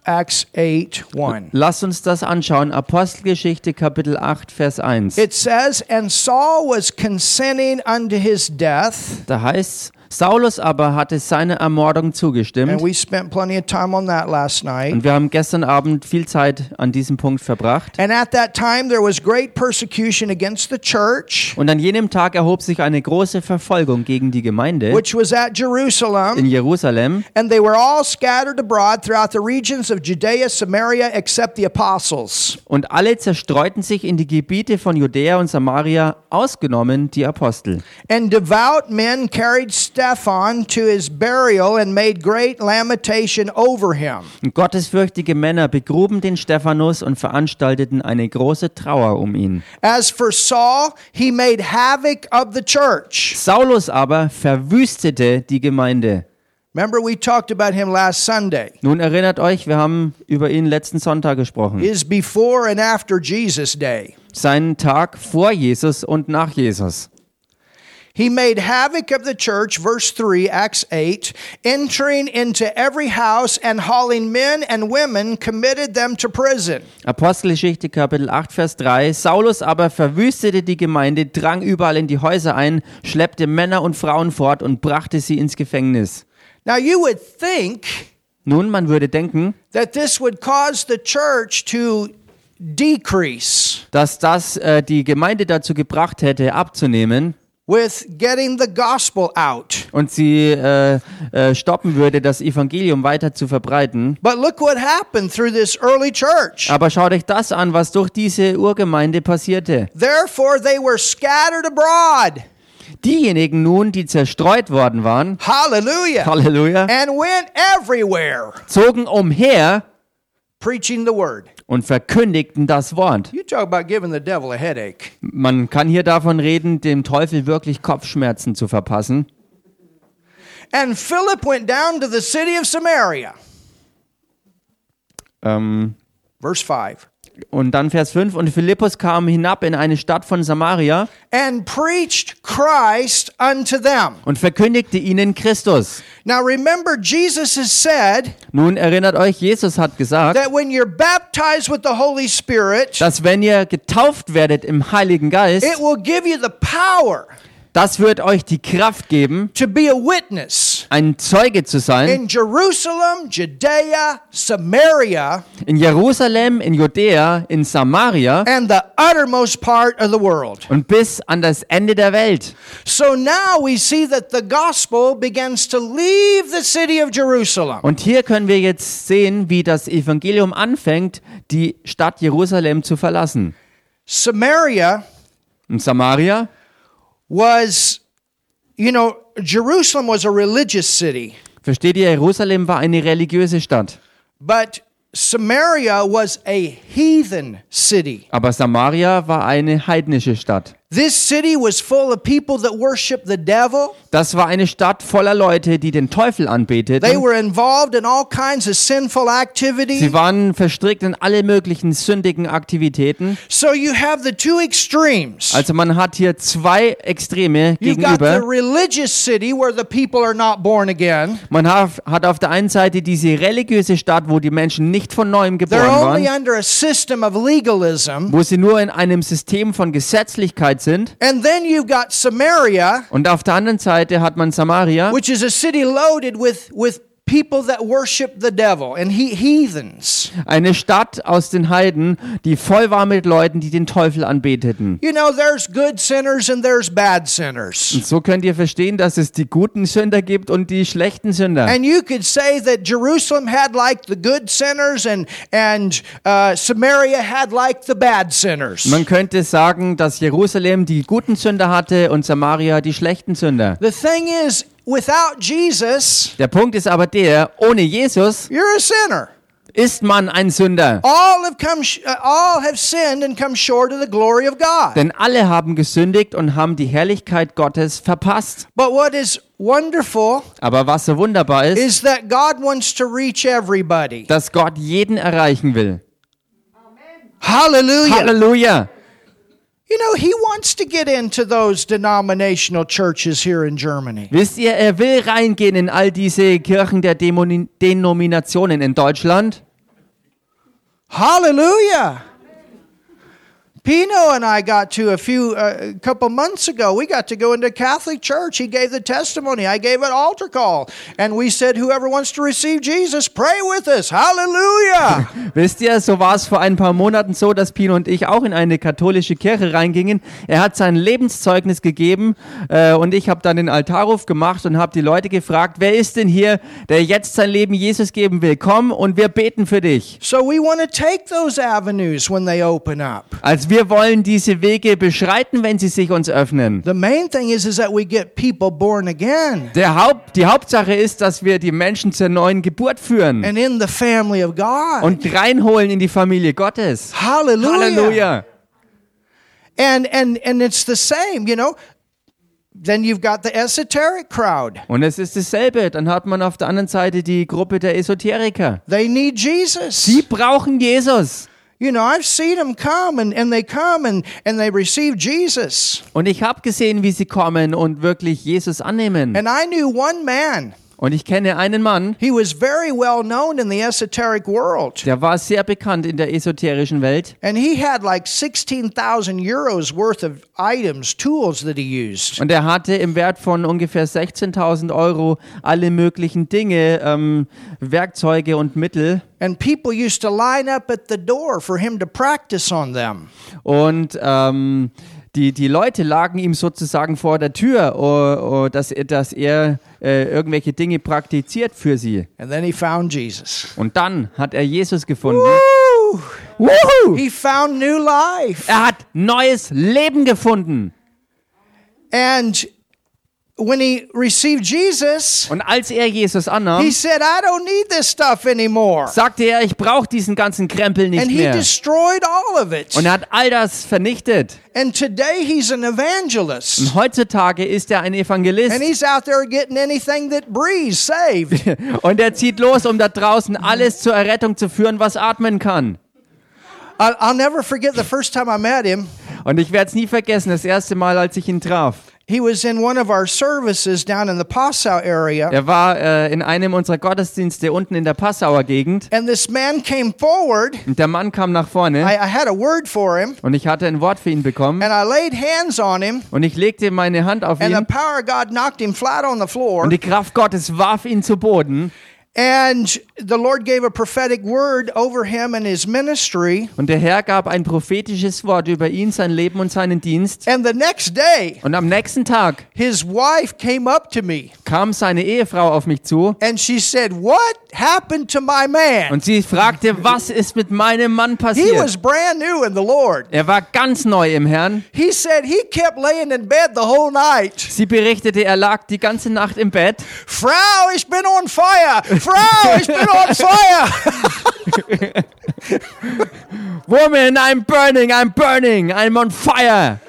[SPEAKER 1] Acts 8 1.
[SPEAKER 2] Lass uns das anschauen. Apostelgeschichte Kapitel 8, Vers 1.
[SPEAKER 1] It says, And Saul was consenting unto his death,
[SPEAKER 2] Da heißt Saulus aber hatte seiner Ermordung
[SPEAKER 1] And
[SPEAKER 2] zugestimmt.
[SPEAKER 1] we spent plenty of time on that last night.
[SPEAKER 2] Und wir haben gestern Abend viel Zeit an diesem Punkt verbracht.
[SPEAKER 1] And at that time, there was great persecution against the church,
[SPEAKER 2] Und an jenem Tag erhob sich eine große Verfolgung gegen die Gemeinde
[SPEAKER 1] which was at
[SPEAKER 2] in
[SPEAKER 1] Jerusalem.
[SPEAKER 2] Jerusalem.
[SPEAKER 1] And they were all scattered abroad throughout the regions of Judea, Samaria, except the apostles.
[SPEAKER 2] Und alle zerstreuten sich in die Gebiete von Judäa und Samaria, ausgenommen die Apostel.
[SPEAKER 1] And devout men carried Stephan to his burial and made great lamentation over him.
[SPEAKER 2] Und gottesfürchtige Männer begruben den Stephanus und veranstalteten eine große Trauer um ihn.
[SPEAKER 1] As for Saul, he made havoc of the church.
[SPEAKER 2] Saulus aber verwüstete die Gemeinde.
[SPEAKER 1] Remember, we talked about him last Sunday.
[SPEAKER 2] Nun erinnert euch, wir haben über ihn letzten Sonntag gesprochen.
[SPEAKER 1] Is before and after Jesus' day.
[SPEAKER 2] Seinen Tag vor Jesus und nach Jesus.
[SPEAKER 1] He made havoc of the church, verse 3, Acts 8, entering into every house and hauling men and women, committed them to prison.
[SPEAKER 2] Apostelgeschichte Kapitel 8 Vers 3 Saulus aber verwüstete die Gemeinde, drang überall in die Häuser ein, schleppte Männer und Frauen fort und brachte sie ins Gefängnis.
[SPEAKER 1] Now, you would think
[SPEAKER 2] Nun, man würde denken,
[SPEAKER 1] that this would cause the church to decrease
[SPEAKER 2] dass das äh, die Gemeinde dazu gebracht hätte, abzunehmen
[SPEAKER 1] with getting the gospel out.
[SPEAKER 2] und sie äh, äh, stoppen würde, das Evangelium weiter zu verbreiten.
[SPEAKER 1] But look what happened through this early church.
[SPEAKER 2] Aber schaut euch das an, was durch diese Urgemeinde passierte.
[SPEAKER 1] Therefore, they were scattered abroad.
[SPEAKER 2] Diejenigen nun, die zerstreut worden waren,
[SPEAKER 1] Hallelujah.
[SPEAKER 2] [LAUGHS] Halleluja,
[SPEAKER 1] And went everywhere
[SPEAKER 2] zogen umher
[SPEAKER 1] preaching the word.
[SPEAKER 2] und verkündigten das Wort.
[SPEAKER 1] You talk about giving the devil a headache.
[SPEAKER 2] Man kann hier davon reden, dem Teufel wirklich Kopfschmerzen zu verpassen.
[SPEAKER 1] And Philip went down to the city of Samaria.
[SPEAKER 2] Ähm,
[SPEAKER 1] Verse 5.
[SPEAKER 2] und dann Vers 5, und Philippus kam hinab in eine Stadt von Samaria
[SPEAKER 1] And preached Christ unto them.
[SPEAKER 2] und verkündigte ihnen Christus.
[SPEAKER 1] Now remember, Jesus has said
[SPEAKER 2] Nun erinnert euch, Jesus hat gesagt,
[SPEAKER 1] that when you're baptized with the Holy Spirit,
[SPEAKER 2] dass wenn ihr getauft werdet im Heiligen Geist,
[SPEAKER 1] it will give you the power
[SPEAKER 2] das wird euch die Kraft geben,
[SPEAKER 1] to be a witness
[SPEAKER 2] ein Zeuge zu sein
[SPEAKER 1] in Jerusalem, Judea, Samaria,
[SPEAKER 2] in Jerusalem, in Judäa, in Samaria
[SPEAKER 1] and the uttermost part of the world.
[SPEAKER 2] und bis an das Ende der Welt.
[SPEAKER 1] So now we see that the gospel begins to leave the city of Jerusalem.
[SPEAKER 2] Und hier können wir jetzt sehen, wie das Evangelium anfängt, die Stadt Jerusalem zu verlassen.
[SPEAKER 1] Samaria
[SPEAKER 2] Und Samaria
[SPEAKER 1] was, you know, Jerusalem was a religious city,
[SPEAKER 2] Versteht ihr, Jerusalem war eine religiöse Stadt,
[SPEAKER 1] but Samaria was a heathen city.
[SPEAKER 2] aber Samaria war eine heidnische Stadt.
[SPEAKER 1] This city was full of people that worshiped the devil.
[SPEAKER 2] Das war eine Stadt voller Leute, die den Teufel
[SPEAKER 1] They
[SPEAKER 2] anbeteten.
[SPEAKER 1] were involved in all kinds of sinful activity.
[SPEAKER 2] Sie waren verstrickt in alle möglichen sündigen Aktivitäten.
[SPEAKER 1] So you have the two extremes.
[SPEAKER 2] Also man hat hier zwei Extreme
[SPEAKER 1] You've got the
[SPEAKER 2] gegenüber.
[SPEAKER 1] religious city where the people are not born again.
[SPEAKER 2] Man haf- hat auf der einen Seite diese religiöse Stadt, wo die Menschen nicht von neuem geboren
[SPEAKER 1] They're only
[SPEAKER 2] waren,
[SPEAKER 1] under a system of legalism.
[SPEAKER 2] wo sie nur in einem System von Gesetzlichkeit sind.
[SPEAKER 1] And then you've got Samaria,
[SPEAKER 2] Und auf der anderen Seite hat man Samaria,
[SPEAKER 1] which is a city loaded with, with people that worship the devil and he, heathens.
[SPEAKER 2] Eine Stadt aus den Heiden, die voll war mit Leuten, die den Teufel anbeteten.
[SPEAKER 1] You know, there's good sinners and there's bad sinners.
[SPEAKER 2] Und so könnt ihr verstehen, dass es die guten Sünder gibt und die schlechten Sünder.
[SPEAKER 1] And you could say that Jerusalem had like the good sinners and, and uh, Samaria had like the bad sinners.
[SPEAKER 2] Man könnte sagen, dass Jerusalem die guten Sünder hatte und Samaria die schlechten Sünder.
[SPEAKER 1] The thing is, without Jesus,
[SPEAKER 2] Der Punkt ist aber der, ohne Jesus
[SPEAKER 1] you're a sinner.
[SPEAKER 2] ist man ein Sünder.
[SPEAKER 1] All have come, sh- uh, all have sinned and come short of the glory of God.
[SPEAKER 2] Denn alle haben gesündigt und haben die Herrlichkeit Gottes verpasst.
[SPEAKER 1] But what is wonderful
[SPEAKER 2] Aber was so wunderbar ist,
[SPEAKER 1] is that God wants to reach everybody.
[SPEAKER 2] dass Gott jeden erreichen will.
[SPEAKER 1] Hallelujah.
[SPEAKER 2] Halleluja!
[SPEAKER 1] you know, He wants to get into those denominational churches here in Germany.
[SPEAKER 2] Wisst ihr, er will reingehen in all diese Kirchen der Dämoni Denominationen in Deutschland.
[SPEAKER 1] Hallelujah. Pino and I got to a few, uh, a couple months ago. We got to go into a Catholic church. He gave the testimony. I gave an altar call. And we said, whoever wants to receive Jesus, pray with us. Hallelujah.
[SPEAKER 2] Wisst ihr, so war es vor ein paar Monaten so, dass Pino und ich auch in eine katholische Kirche reingingen. Er hat sein Lebenszeugnis gegeben äh, und ich habe dann den Altarruf gemacht und habe die Leute gefragt, wer ist denn hier, der jetzt sein Leben Jesus geben will? Komm und wir beten für dich.
[SPEAKER 1] so we want to take those avenues when they open up.
[SPEAKER 2] Also wir wollen diese Wege beschreiten, wenn sie sich uns öffnen.
[SPEAKER 1] The main thing is, is that we get people born again
[SPEAKER 2] Der Haupt, die Hauptsache ist, dass wir die Menschen zur neuen Geburt führen
[SPEAKER 1] and in the family of God.
[SPEAKER 2] und reinholen in die Familie Gottes.
[SPEAKER 1] Hallelujah.
[SPEAKER 2] Halleluja.
[SPEAKER 1] And and and it's the same, you know. Then you've got the esoteric crowd.
[SPEAKER 2] Und es ist dasselbe. Dann hat man auf der anderen Seite die Gruppe der Esoteriker.
[SPEAKER 1] They need Jesus.
[SPEAKER 2] Die brauchen Jesus.
[SPEAKER 1] You know, I've seen them come and, and they come and, and they receive Jesus.
[SPEAKER 2] Und ich habe gesehen, wie sie kommen und wirklich Jesus annehmen.
[SPEAKER 1] And I knew one man.
[SPEAKER 2] Und ich kenne einen Mann,
[SPEAKER 1] He was very well known in the esoteric world.
[SPEAKER 2] der war sehr bekannt in der esoterischen Welt.
[SPEAKER 1] And he had like 16,000 euros worth of items, tools that he used.
[SPEAKER 2] Und er hatte im Wert von ungefähr 16.000 Euro alle möglichen Dinge, ähm, Werkzeuge und Mittel.
[SPEAKER 1] And people used to line up at the door for him to practice on them.
[SPEAKER 2] Und ähm, die, die Leute lagen ihm sozusagen vor der Tür, oh, oh, dass, er- dass er äh, irgendwelche Dinge praktiziert für sie.
[SPEAKER 1] And then he found Jesus.
[SPEAKER 2] Und dann hat er Jesus gefunden.
[SPEAKER 1] Woo!
[SPEAKER 2] Wuhu!
[SPEAKER 1] He found new life.
[SPEAKER 2] Er hat neues Leben gefunden.
[SPEAKER 1] And when he received Jesus,
[SPEAKER 2] Und als er Jesus annahm,
[SPEAKER 1] he said, I don't need this stuff anymore.
[SPEAKER 2] sagte er, ich brauche diesen ganzen Krempel nicht
[SPEAKER 1] And he
[SPEAKER 2] mehr.
[SPEAKER 1] destroyed all of it.
[SPEAKER 2] Und er hat all das vernichtet.
[SPEAKER 1] And today he's an evangelist.
[SPEAKER 2] Und heutzutage ist er ein Evangelist.
[SPEAKER 1] And he's out there getting anything that breathes saved.
[SPEAKER 2] [LAUGHS] Und er zieht los, um da draußen alles zur Errettung zu führen, was atmen kann.
[SPEAKER 1] I- I'll never forget the first time I met him.
[SPEAKER 2] Und ich werde es nie vergessen, das erste Mal, als ich ihn traf.
[SPEAKER 1] He was in one of our services down in the Passau area.
[SPEAKER 2] Er war äh, in einem unserer Gottesdienste unten in der Passauer Gegend.
[SPEAKER 1] And this man came forward.
[SPEAKER 2] Und der Mann kam nach vorne
[SPEAKER 1] I, I had a word for him.
[SPEAKER 2] und ich hatte ein Wort für ihn bekommen.
[SPEAKER 1] And I laid hands on him.
[SPEAKER 2] Und ich legte meine Hand auf
[SPEAKER 1] And the
[SPEAKER 2] ihn
[SPEAKER 1] power of God knocked him flat on the floor.
[SPEAKER 2] und die Kraft Gottes warf ihn zu Boden.
[SPEAKER 1] And the Lord gave a prophetic word over him and his ministry.
[SPEAKER 2] Und der Herr gab ein prophetisches Wort über ihn, sein Leben und seinen Dienst.
[SPEAKER 1] And the next day,
[SPEAKER 2] Und am nächsten Tag
[SPEAKER 1] his wife came up to me
[SPEAKER 2] kam seine Ehefrau auf mich zu
[SPEAKER 1] and she said, What happened to my man?
[SPEAKER 2] und sie fragte, was ist mit meinem Mann
[SPEAKER 1] He was
[SPEAKER 2] passiert?
[SPEAKER 1] brand new in the Lord.
[SPEAKER 2] Er war ganz neu im Herrn.
[SPEAKER 1] He said he kept laying in bed the whole night.
[SPEAKER 2] Sie berichtete, er lag die ganze Nacht im Bett.
[SPEAKER 1] Frau, it's been on fire. Frau, it's been on fire. [LAUGHS]
[SPEAKER 2] Woman, I'm burning, I'm burning, I'm on fire.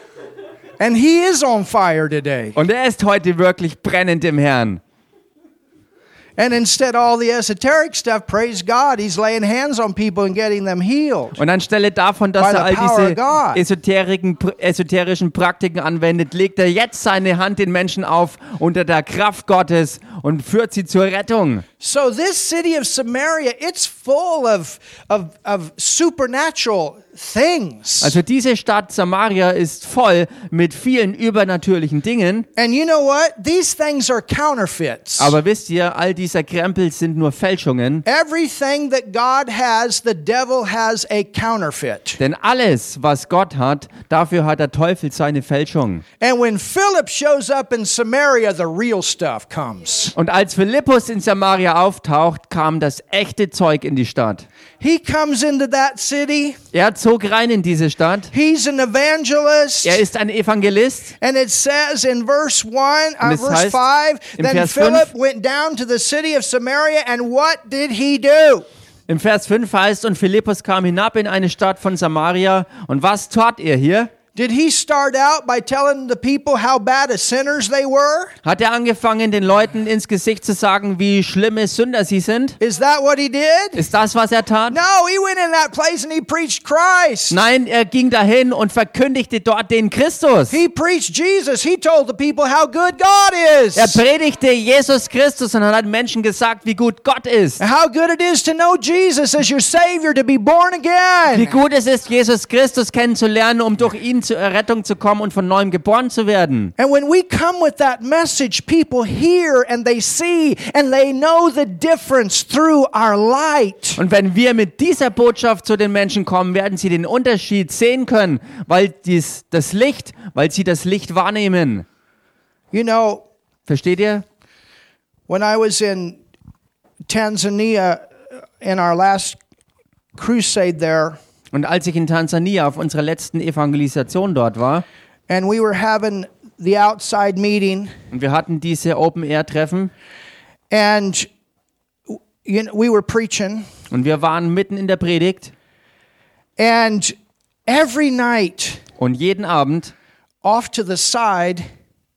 [SPEAKER 1] And he is on fire today.
[SPEAKER 2] Und er ist heute wirklich brennend im Herrn.
[SPEAKER 1] And instead, all the esoteric stuff, praise God, he's laying hands on people and getting them healed.
[SPEAKER 2] Und anstelle davon, dass
[SPEAKER 1] By
[SPEAKER 2] er all
[SPEAKER 1] the power
[SPEAKER 2] diese
[SPEAKER 1] of God.
[SPEAKER 2] esoteriken, pr- esoterischen Praktiken anwendet, legt er jetzt seine Hand den Menschen auf unter der Kraft Gottes und führt sie zur Rettung.
[SPEAKER 1] So this city of Samaria, it's full of of, of supernatural things.
[SPEAKER 2] Also diese Stadt Samaria ist voll mit vielen übernatürlichen Dingen.
[SPEAKER 1] and you know what? These things are counterfeits.
[SPEAKER 2] Aber wisst ihr, all dieser Krempel sind nur Fälschungen.
[SPEAKER 1] Everything that God has, the devil has a counterfeit.
[SPEAKER 2] Denn alles, was Gott hat, dafür hat der Teufel seine Fälschung.
[SPEAKER 1] And when Philip shows up in Samaria, the real stuff comes.
[SPEAKER 2] Und als Philippus in Samaria auftaucht, kam das echte Zeug in die Stadt.
[SPEAKER 1] He comes into that city.
[SPEAKER 2] Er zog rein in diese Stadt.
[SPEAKER 1] He's an evangelist.
[SPEAKER 2] Er ist ein Evangelist.
[SPEAKER 1] And it says in verse 1,
[SPEAKER 2] Und
[SPEAKER 1] uh,
[SPEAKER 2] es heißt
[SPEAKER 1] verse 5,
[SPEAKER 2] im
[SPEAKER 1] then
[SPEAKER 2] Vers
[SPEAKER 1] Philip
[SPEAKER 2] fünf-
[SPEAKER 1] went down to the city of Samaria, and what did he do?
[SPEAKER 2] Im Vers 5 heißt, und Philippus kam hinab in eine Stadt von Samaria. Und was tat er hier?
[SPEAKER 1] Did he start out by telling the people how bad as sinners they were?
[SPEAKER 2] Hat er angefangen, den Leuten ins Gesicht zu sagen, wie schlimme Sünder sie sind?
[SPEAKER 1] Is that what he did?
[SPEAKER 2] Ist das, was er tat?
[SPEAKER 1] No, he went in that place and he preached Christ.
[SPEAKER 2] Nein, er ging dahin und verkündigte dort den Christus.
[SPEAKER 1] He preached Jesus. He told the people how good God is.
[SPEAKER 2] Er predigte Jesus Christus und hat Menschen gesagt, wie gut Gott ist.
[SPEAKER 1] How good it is to know Jesus as your Savior, to be born
[SPEAKER 2] Wie
[SPEAKER 1] again.
[SPEAKER 2] gut es ist, Jesus Christus kennenzulernen, um durch ihn zur Errettung zu kommen und von neuem geboren zu werden.
[SPEAKER 1] And when we come with that message, people hear and they see and they know the difference through our light.
[SPEAKER 2] Und wenn wir mit dieser Botschaft zu den Menschen kommen, werden sie den Unterschied sehen können, weil dies das Licht, weil sie das Licht wahrnehmen.
[SPEAKER 1] You know,
[SPEAKER 2] Versteht ihr?
[SPEAKER 1] When I was in Tanzania uh, in our last crusade there,
[SPEAKER 2] Und als ich in Tansania auf unserer letzten Evangelisation dort war
[SPEAKER 1] and we were having the outside meeting,
[SPEAKER 2] und wir hatten diese Open Air Treffen
[SPEAKER 1] and you know, we were preaching,
[SPEAKER 2] und wir waren mitten in der Predigt
[SPEAKER 1] and every night
[SPEAKER 2] und jeden Abend
[SPEAKER 1] off to the side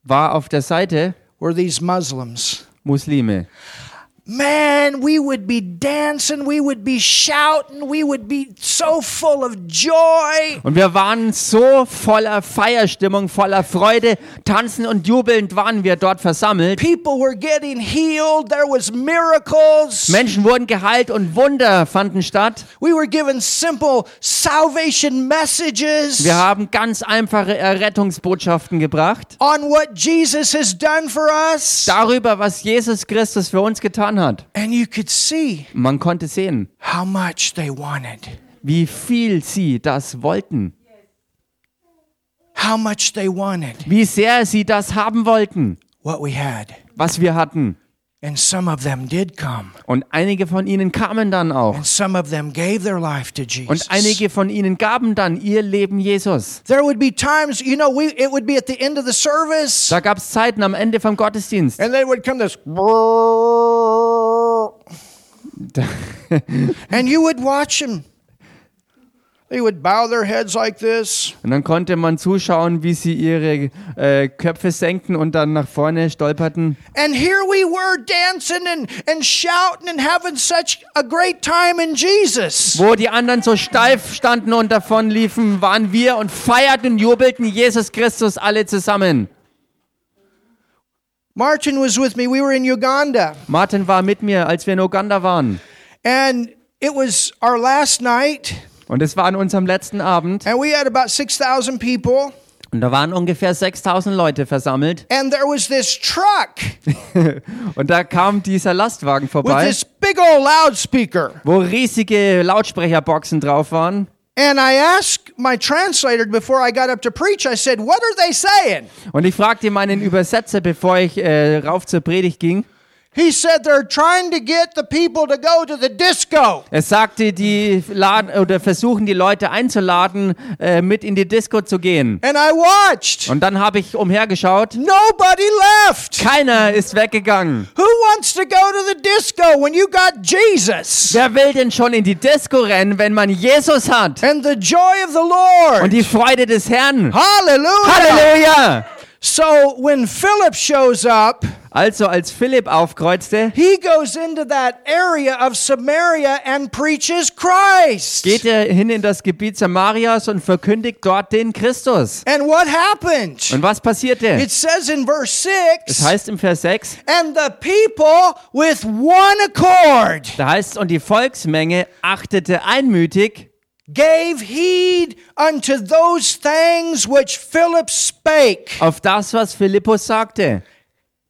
[SPEAKER 2] war auf der Seite
[SPEAKER 1] were these Muslims.
[SPEAKER 2] Muslime.
[SPEAKER 1] Man, we would be dancing, we would be shouting, we would be so full of joy.
[SPEAKER 2] Und wir waren so voller Feierstimmung, voller Freude, tanzend und jubelnd waren wir dort versammelt.
[SPEAKER 1] People were getting healed, there was miracles.
[SPEAKER 2] Menschen wurden geheilt und Wunder fanden statt.
[SPEAKER 1] We were given simple salvation messages
[SPEAKER 2] Wir haben ganz einfache Errettungsbotschaften gebracht
[SPEAKER 1] on what Jesus has done for us.
[SPEAKER 2] darüber, was Jesus Christus für uns getan hat.
[SPEAKER 1] And you could see
[SPEAKER 2] Man konnte sehen,
[SPEAKER 1] how much they wanted,
[SPEAKER 2] wie viel sie das wollten,
[SPEAKER 1] how much they wanted
[SPEAKER 2] wie sehr sie das haben wollten,
[SPEAKER 1] what we had.
[SPEAKER 2] was wir hatten.
[SPEAKER 1] And some of them did come,
[SPEAKER 2] Und einige von ihnen kamen dann auch.
[SPEAKER 1] and some of them gave their life to
[SPEAKER 2] Und
[SPEAKER 1] Oh, Jesus.
[SPEAKER 2] einige von ihnen gaben dann ihr Leben Jesus.
[SPEAKER 1] there would be times, you know, we it would be at the end of the service,
[SPEAKER 2] Da gab es Zeiten am Ende vom Gottesdienst.
[SPEAKER 1] and they would come
[SPEAKER 2] [LAUGHS]
[SPEAKER 1] this, and you would watch them. They would bow their heads like this.
[SPEAKER 2] Und dann konnte man zuschauen, wie sie ihre äh, Köpfe senkten und dann nach vorne stolperten.
[SPEAKER 1] And here we were dancing and, and shouting and having such a great time in Jesus.
[SPEAKER 2] Wo die anderen so steif standen und davonliefen, waren wir und feierten und jubelten Jesus Christus alle zusammen.
[SPEAKER 1] Martin was with me. We were in Uganda.
[SPEAKER 2] Martin war mit mir, als wir in Uganda waren.
[SPEAKER 1] And it was our last night.
[SPEAKER 2] Und es war an unserem letzten Abend.
[SPEAKER 1] And we had about 6,000 people.
[SPEAKER 2] Und da waren ungefähr 6000 Leute versammelt.
[SPEAKER 1] And there was this truck with
[SPEAKER 2] Und da kam dieser Lastwagen vorbei,
[SPEAKER 1] this big old loudspeaker.
[SPEAKER 2] wo riesige Lautsprecherboxen drauf waren.
[SPEAKER 1] And I asked my translator before I got up to preach, I said, What are they saying?
[SPEAKER 2] Und ich fragte meinen Übersetzer, bevor ich äh, rauf zur Predigt ging.
[SPEAKER 1] He said, They're trying to get the people to go to the disco.
[SPEAKER 2] Er sagte, die laden oder versuchen die Leute einzuladen, äh, mit in die Disco zu gehen.
[SPEAKER 1] And I watched.
[SPEAKER 2] Und dann habe ich umhergeschaut.
[SPEAKER 1] Nobody left.
[SPEAKER 2] Keiner ist weggegangen.
[SPEAKER 1] Who wants to go to the disco when you got Jesus
[SPEAKER 2] Wer will denn schon in die Disco rennen, wenn man Jesus hat?
[SPEAKER 1] and the joy of the
[SPEAKER 2] Und
[SPEAKER 1] Lord?
[SPEAKER 2] die Freude des Herrn.
[SPEAKER 1] Hallelujah.
[SPEAKER 2] Halleluja!
[SPEAKER 1] So when Philip shows up,
[SPEAKER 2] Also, als Philipp aufkreuzte,
[SPEAKER 1] he goes into that area of Samaria and preaches Christ.
[SPEAKER 2] geht er hin in das Gebiet Samarias und verkündigt dort den Christus.
[SPEAKER 1] And what happened?
[SPEAKER 2] Und was passierte?
[SPEAKER 1] It says in verse
[SPEAKER 2] Das
[SPEAKER 1] 6
[SPEAKER 2] heißt im Vers 6,
[SPEAKER 1] and the people with one accord
[SPEAKER 2] da heißt es, und die Volksmenge achtete einmütig
[SPEAKER 1] gave heed unto those things which Philip spake.
[SPEAKER 2] auf das, was Philippus sagte.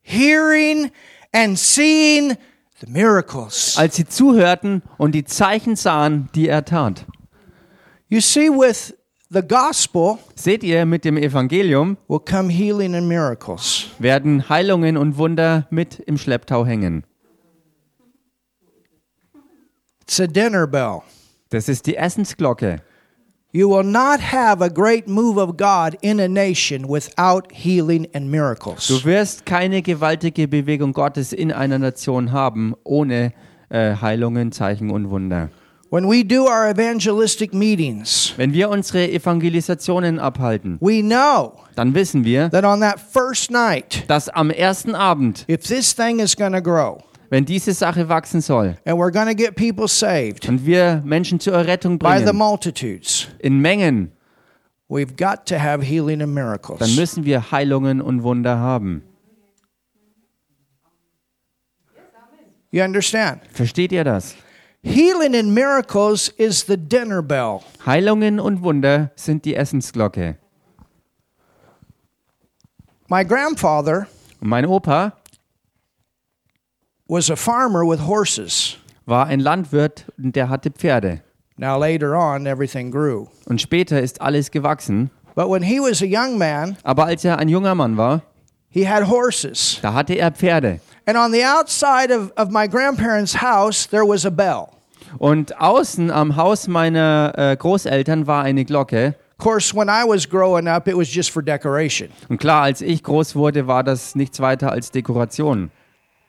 [SPEAKER 1] hearing and seeing the miracles.
[SPEAKER 2] als sie zuhörten und die Zeichen sahen, die er tat.
[SPEAKER 1] You see, with the gospel
[SPEAKER 2] Seht ihr, mit dem Evangelium
[SPEAKER 1] will come healing and miracles.
[SPEAKER 2] werden Heilungen und Wunder mit im Schlepptau hängen.
[SPEAKER 1] It's a dinner bell.
[SPEAKER 2] Das ist die Essensglocke.
[SPEAKER 1] You will not have a great move of God in a nation without healing and miracles.
[SPEAKER 2] Du wirst keine gewaltige Bewegung Gottes in einer Nation haben, ohne äh, Heilungen, Zeichen und Wunder.
[SPEAKER 1] When we do our evangelistic meetings,
[SPEAKER 2] Wenn wir unsere Evangelisationen abhalten,
[SPEAKER 1] we know
[SPEAKER 2] dann wissen wir,
[SPEAKER 1] that on that first night,
[SPEAKER 2] dass am ersten Abend,
[SPEAKER 1] if this thing is going to grow
[SPEAKER 2] wenn diese Sache wachsen soll
[SPEAKER 1] and we're going to get people saved
[SPEAKER 2] und wir Menschen zur Errettung
[SPEAKER 1] by the
[SPEAKER 2] bringen,
[SPEAKER 1] multitudes,
[SPEAKER 2] in Mengen,
[SPEAKER 1] we've got to have healing and miracles.
[SPEAKER 2] dann müssen wir Heilungen und Wunder haben.
[SPEAKER 1] you understand?
[SPEAKER 2] Versteht ihr das?
[SPEAKER 1] Healing and miracles is the dinner bell.
[SPEAKER 2] Heilungen und Wunder sind die Essensglocke.
[SPEAKER 1] My grandfather
[SPEAKER 2] Und mein Opa
[SPEAKER 1] was a farmer with horses.
[SPEAKER 2] war ein Landwirt und der hatte Pferde.
[SPEAKER 1] Now, later on, everything grew.
[SPEAKER 2] Und später ist alles gewachsen.
[SPEAKER 1] But when he was a young man,
[SPEAKER 2] Aber als er ein junger Mann war,
[SPEAKER 1] he had horses.
[SPEAKER 2] da hatte er Pferde.
[SPEAKER 1] And on the outside of, of my grandparents' house, there was a bell.
[SPEAKER 2] Und außen am Haus meiner äh, Großeltern war eine Glocke.
[SPEAKER 1] Of course, when I was growing up, it was just for decoration.
[SPEAKER 2] Und klar, als ich groß wurde, war das nichts weiter als Dekoration.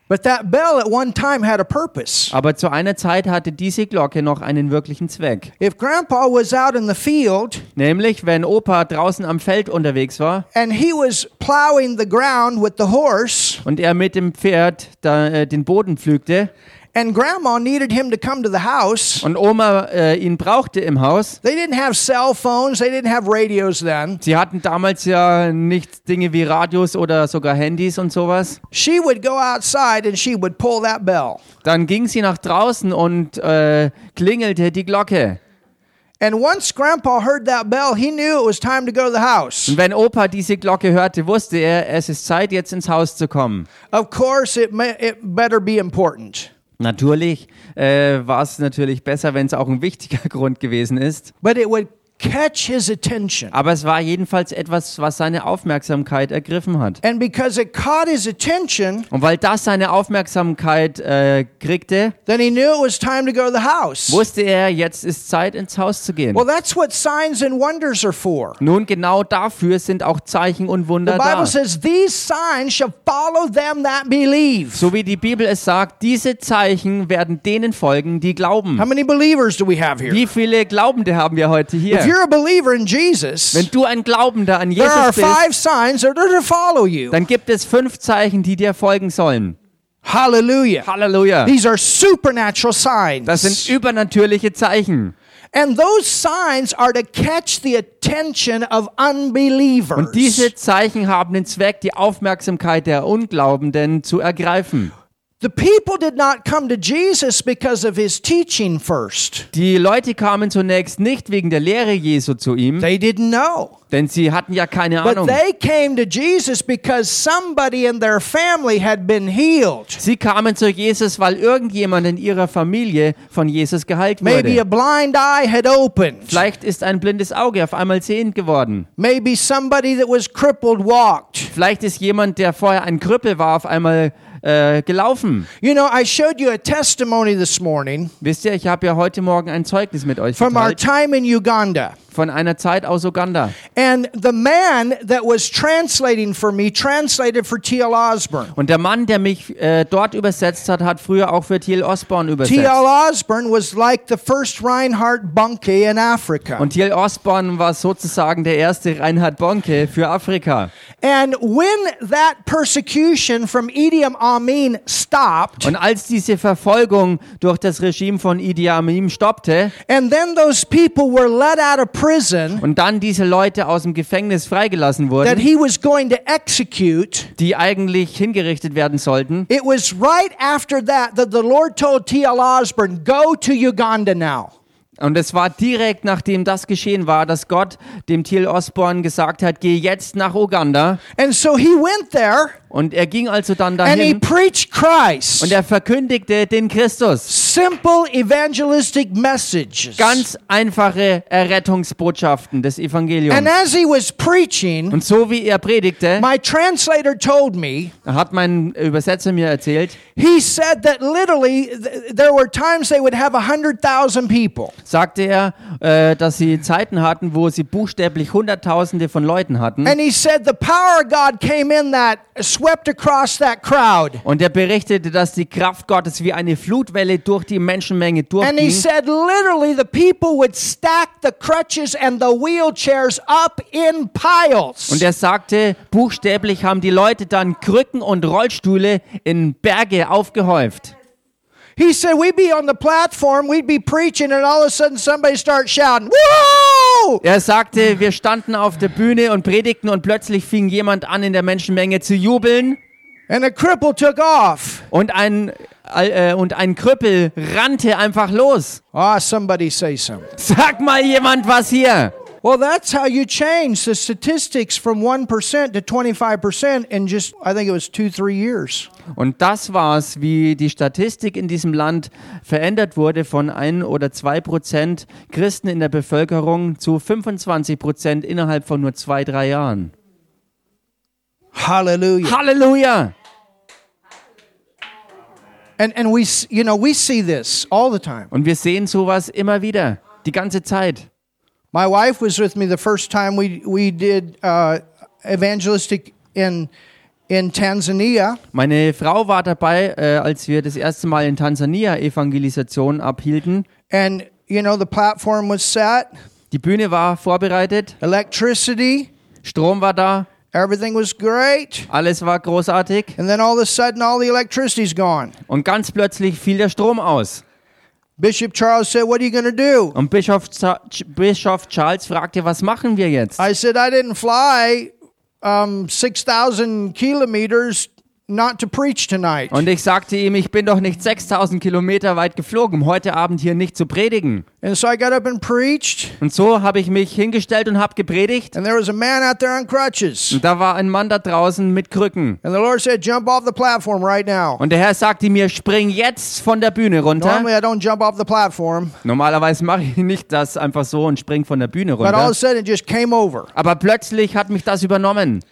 [SPEAKER 1] But that bell at one time had a purpose.
[SPEAKER 2] Aber zu einer Zeit hatte diese Glocke noch einen wirklichen Zweck.
[SPEAKER 1] If grandpa was out in the field
[SPEAKER 2] Nämlich, wenn Opa draußen am Feld unterwegs war
[SPEAKER 1] and he was plowing the ground with the horse,
[SPEAKER 2] und er mit dem Pferd da, äh, den Boden pflügte
[SPEAKER 1] and grandma needed him to come to the house,
[SPEAKER 2] und Oma äh, ihn brauchte im Haus.
[SPEAKER 1] they didn't have cell phones, they didn't have radios then.
[SPEAKER 2] Sie hatten damals ja nicht Dinge wie Radios oder sogar Handys und sowas.
[SPEAKER 1] She would go outside and she would pull that bell.
[SPEAKER 2] Dann ging sie nach draußen und äh, klingelte die Glocke.
[SPEAKER 1] And once grandpa heard that bell, he knew it was time to go to the house.
[SPEAKER 2] Und wenn Opa diese Glocke hörte, wusste er, es ist Zeit, jetzt ins Haus zu kommen.
[SPEAKER 1] Of course, it, may, it better be important.
[SPEAKER 2] Natürlich äh, war es natürlich besser, wenn es auch ein wichtiger [LAUGHS] Grund gewesen ist.
[SPEAKER 1] But it would catch his attention.
[SPEAKER 2] Aber es war jedenfalls etwas, was seine Aufmerksamkeit ergriffen hat.
[SPEAKER 1] And because it caught his attention,
[SPEAKER 2] Und weil das seine Aufmerksamkeit äh, kriegte,
[SPEAKER 1] then he knew it was time to go to the house.
[SPEAKER 2] wusste er, jetzt ist Zeit, ins Haus zu gehen.
[SPEAKER 1] Well, that's what signs and wonders are for.
[SPEAKER 2] Nun, genau dafür sind auch Zeichen und
[SPEAKER 1] The
[SPEAKER 2] Wunder da.
[SPEAKER 1] Bible says, These signs shall follow them that believe.
[SPEAKER 2] So wie die Bibel es sagt, diese Zeichen werden denen folgen, die glauben.
[SPEAKER 1] How many believers do we have here?
[SPEAKER 2] Wie viele Glaubende haben wir heute
[SPEAKER 1] If
[SPEAKER 2] hier?
[SPEAKER 1] you're a believer in Jesus,
[SPEAKER 2] Wenn du ein Glaubender an
[SPEAKER 1] there are
[SPEAKER 2] Jesus bist,
[SPEAKER 1] five signs that are to follow you.
[SPEAKER 2] dann gibt es fünf Zeichen, die dir folgen sollen.
[SPEAKER 1] Hallelujah.
[SPEAKER 2] Halleluja.
[SPEAKER 1] These are supernatural
[SPEAKER 2] Das sind
[SPEAKER 1] signs.
[SPEAKER 2] übernatürliche Zeichen.
[SPEAKER 1] And those signs are to catch the attention of
[SPEAKER 2] Und
[SPEAKER 1] unbelievers.
[SPEAKER 2] diese Zeichen haben den Zweck, die Aufmerksamkeit der Unglaubenden zu ergreifen.
[SPEAKER 1] The people did not come to Jesus because of his teaching first.
[SPEAKER 2] Die Leute kamen zunächst nicht wegen der Lehre Jesu zu ihm,
[SPEAKER 1] They didn't know.
[SPEAKER 2] denn sie hatten ja keine
[SPEAKER 1] But
[SPEAKER 2] Ahnung.
[SPEAKER 1] they came to Jesus because somebody in their family had been healed.
[SPEAKER 2] Sie kamen zu Jesus, weil irgendjemand in ihrer Familie von Jesus geheilt
[SPEAKER 1] Maybe a
[SPEAKER 2] wurde.
[SPEAKER 1] blind eye had opened.
[SPEAKER 2] Vielleicht ist ein blindes Auge auf einmal sehend geworden.
[SPEAKER 1] Maybe somebody that was crippled walked.
[SPEAKER 2] Vielleicht ist jemand, der vorher ein Krüppel war, auf einmal äh, gelaufen.
[SPEAKER 1] You know, I showed you a testimony this morning
[SPEAKER 2] Wisst ihr, ich habe ja heute Morgen ein Zeugnis mit euch
[SPEAKER 1] from our
[SPEAKER 2] geteilt,
[SPEAKER 1] time in Uganda.
[SPEAKER 2] von einer Zeit aus Uganda.
[SPEAKER 1] And the man that was translating for me translated for T.L. Osborne.
[SPEAKER 2] Und der Mann, der mich äh, dort übersetzt hat, hat früher auch für Thiel Osborne übersetzt.
[SPEAKER 1] T.L. Osborne was like the first Reinhard Bunke in Africa.
[SPEAKER 2] Und Thiel Osborne war sozusagen der erste Reinhard Bonke für Afrika.
[SPEAKER 1] And when that persecution from Idi Amin stopped,
[SPEAKER 2] Und als diese Verfolgung durch das Regime von Idi Amin stoppte
[SPEAKER 1] and then those people were let out of prison
[SPEAKER 2] und dann diese Leute aus dem Gefängnis freigelassen
[SPEAKER 1] that
[SPEAKER 2] wurden,
[SPEAKER 1] he was going to execute,
[SPEAKER 2] die eigentlich hingerichtet werden sollten,
[SPEAKER 1] it was right after that that the Lord told T.L. Osborne, Go to Uganda now.
[SPEAKER 2] und es war direkt nachdem das geschehen war, dass Gott dem Thiel Osborne gesagt hat, geh jetzt nach Uganda.
[SPEAKER 1] And so he went there
[SPEAKER 2] Und er ging also dann
[SPEAKER 1] and he
[SPEAKER 2] dahin
[SPEAKER 1] preached Christ.
[SPEAKER 2] und er verkündigte den Christus.
[SPEAKER 1] simple evangelistic messages.
[SPEAKER 2] ganz einfache Errettungsbotschaften des
[SPEAKER 1] and
[SPEAKER 2] Evangeliums.
[SPEAKER 1] as he was preaching,
[SPEAKER 2] Und so wie er predigte,
[SPEAKER 1] my translator told me,
[SPEAKER 2] hat mein Übersetzer mir erzählt,
[SPEAKER 1] he said that literally th- there were times they would have 100,000 people.
[SPEAKER 2] sagte er, äh, dass sie Zeiten hatten, wo sie buchstäblich Hunderttausende von Leuten hatten.
[SPEAKER 1] And he said the power of God came in that, swept across that crowd.
[SPEAKER 2] Und er berichtete, dass die Kraft Gottes wie eine Flutwelle durch die Menschenmenge
[SPEAKER 1] And he
[SPEAKER 2] durchging.
[SPEAKER 1] said, literally, the people would stack the crutches and the wheelchairs up in
[SPEAKER 2] Und
[SPEAKER 1] piles.
[SPEAKER 2] er sagte, buchstäblich haben die Leute dann Krücken und Rollstühle in Berge aufgehäuft.
[SPEAKER 1] He said, we'd be on the platform, we'd be preaching, and all of a sudden somebody starts shouting, Whoa!
[SPEAKER 2] Er sagte, wir standen auf der Bühne und predigten und plötzlich fing jemand an, in der Menschenmenge zu jubeln
[SPEAKER 1] And a cripple took off.
[SPEAKER 2] und ein, äh, und ein Krüppel rannte einfach los.
[SPEAKER 1] Ah, somebody say something.
[SPEAKER 2] Sag mal jemand was hier.
[SPEAKER 1] Well, that's how you change the statistics from 1% to 25% in just, I think it was two, three years.
[SPEAKER 2] Und das war's, wie die Statistik in diesem Land verändert wurde von ein oder zwei Prozent Christen in der Bevölkerung zu 25 Prozent innerhalb von nur zwei, drei Jahren.
[SPEAKER 1] Hallelujah.
[SPEAKER 2] Halleluja!
[SPEAKER 1] And, and we, s- you know, we see this all the time.
[SPEAKER 2] Und wir sehen sowas immer wieder, die ganze Zeit.
[SPEAKER 1] My wife was with me the first time we we did uh, evangelistic in in Tanzania,
[SPEAKER 2] Meine Frau war dabei, äh, als wir das erste Mal in Tansania Evangelisation abhielten.
[SPEAKER 1] and you know the platform was set,
[SPEAKER 2] Die Bühne war vorbereitet,
[SPEAKER 1] electricity,
[SPEAKER 2] Strom war da,
[SPEAKER 1] everything was great,
[SPEAKER 2] alles war großartig
[SPEAKER 1] and then all of a sudden all the electricity's gone.
[SPEAKER 2] und ganz plötzlich fiel der Strom aus.
[SPEAKER 1] Bishop Charles said, "What are you going to do?"
[SPEAKER 2] Und Bischof, Za- Ch- Bischof Charles fragte, was machen wir jetzt?
[SPEAKER 1] I said, "I didn't fly um, six thousand kilometers not to preach tonight."
[SPEAKER 2] Und ich sagte ihm, ich bin doch nicht 6000 Kilometer weit geflogen, um heute Abend hier nicht zu predigen.
[SPEAKER 1] And so I got up and preached,
[SPEAKER 2] Und so habe ich mich hingestellt und habe gepredigt.
[SPEAKER 1] and there was a man out there on crutches,
[SPEAKER 2] Und da war ein Mann da draußen mit Krücken.
[SPEAKER 1] and the Lord said, "Jump off the platform right now."
[SPEAKER 2] Und der Herr sagte mir, spring jetzt von der Bühne runter.
[SPEAKER 1] Normally, I don't jump off the platform,
[SPEAKER 2] Normalerweise mache ich nicht das einfach so und spring von der Bühne
[SPEAKER 1] but also- all of
[SPEAKER 2] runter.
[SPEAKER 1] a sudden it just came over.
[SPEAKER 2] Aber plötzlich hat mich das übernommen.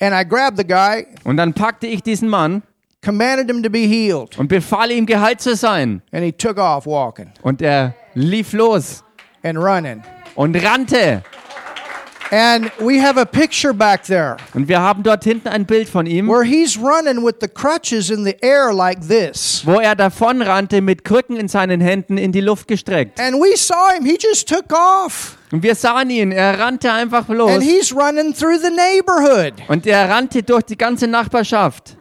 [SPEAKER 1] And I grabbed the guy,
[SPEAKER 2] Und dann packte ich diesen Mann
[SPEAKER 1] commanded him to be healed,
[SPEAKER 2] und befahl ihm, geheilt zu sein.
[SPEAKER 1] and he took off walking
[SPEAKER 2] Und er lief los
[SPEAKER 1] and running.
[SPEAKER 2] und rannte.
[SPEAKER 1] And we have a picture back there
[SPEAKER 2] Und wir haben dort hinten ein Bild von ihm,
[SPEAKER 1] where he's running with the crutches in the air like this.
[SPEAKER 2] wo er davonrannte mit Krücken in seinen Händen in die Luft gestreckt.
[SPEAKER 1] And we saw him, he just took off,
[SPEAKER 2] Und wir sahen ihn, er rannte einfach
[SPEAKER 1] and
[SPEAKER 2] los.
[SPEAKER 1] he's running through the neighborhood.
[SPEAKER 2] Und er rannte durch die ganze Nachbarschaft.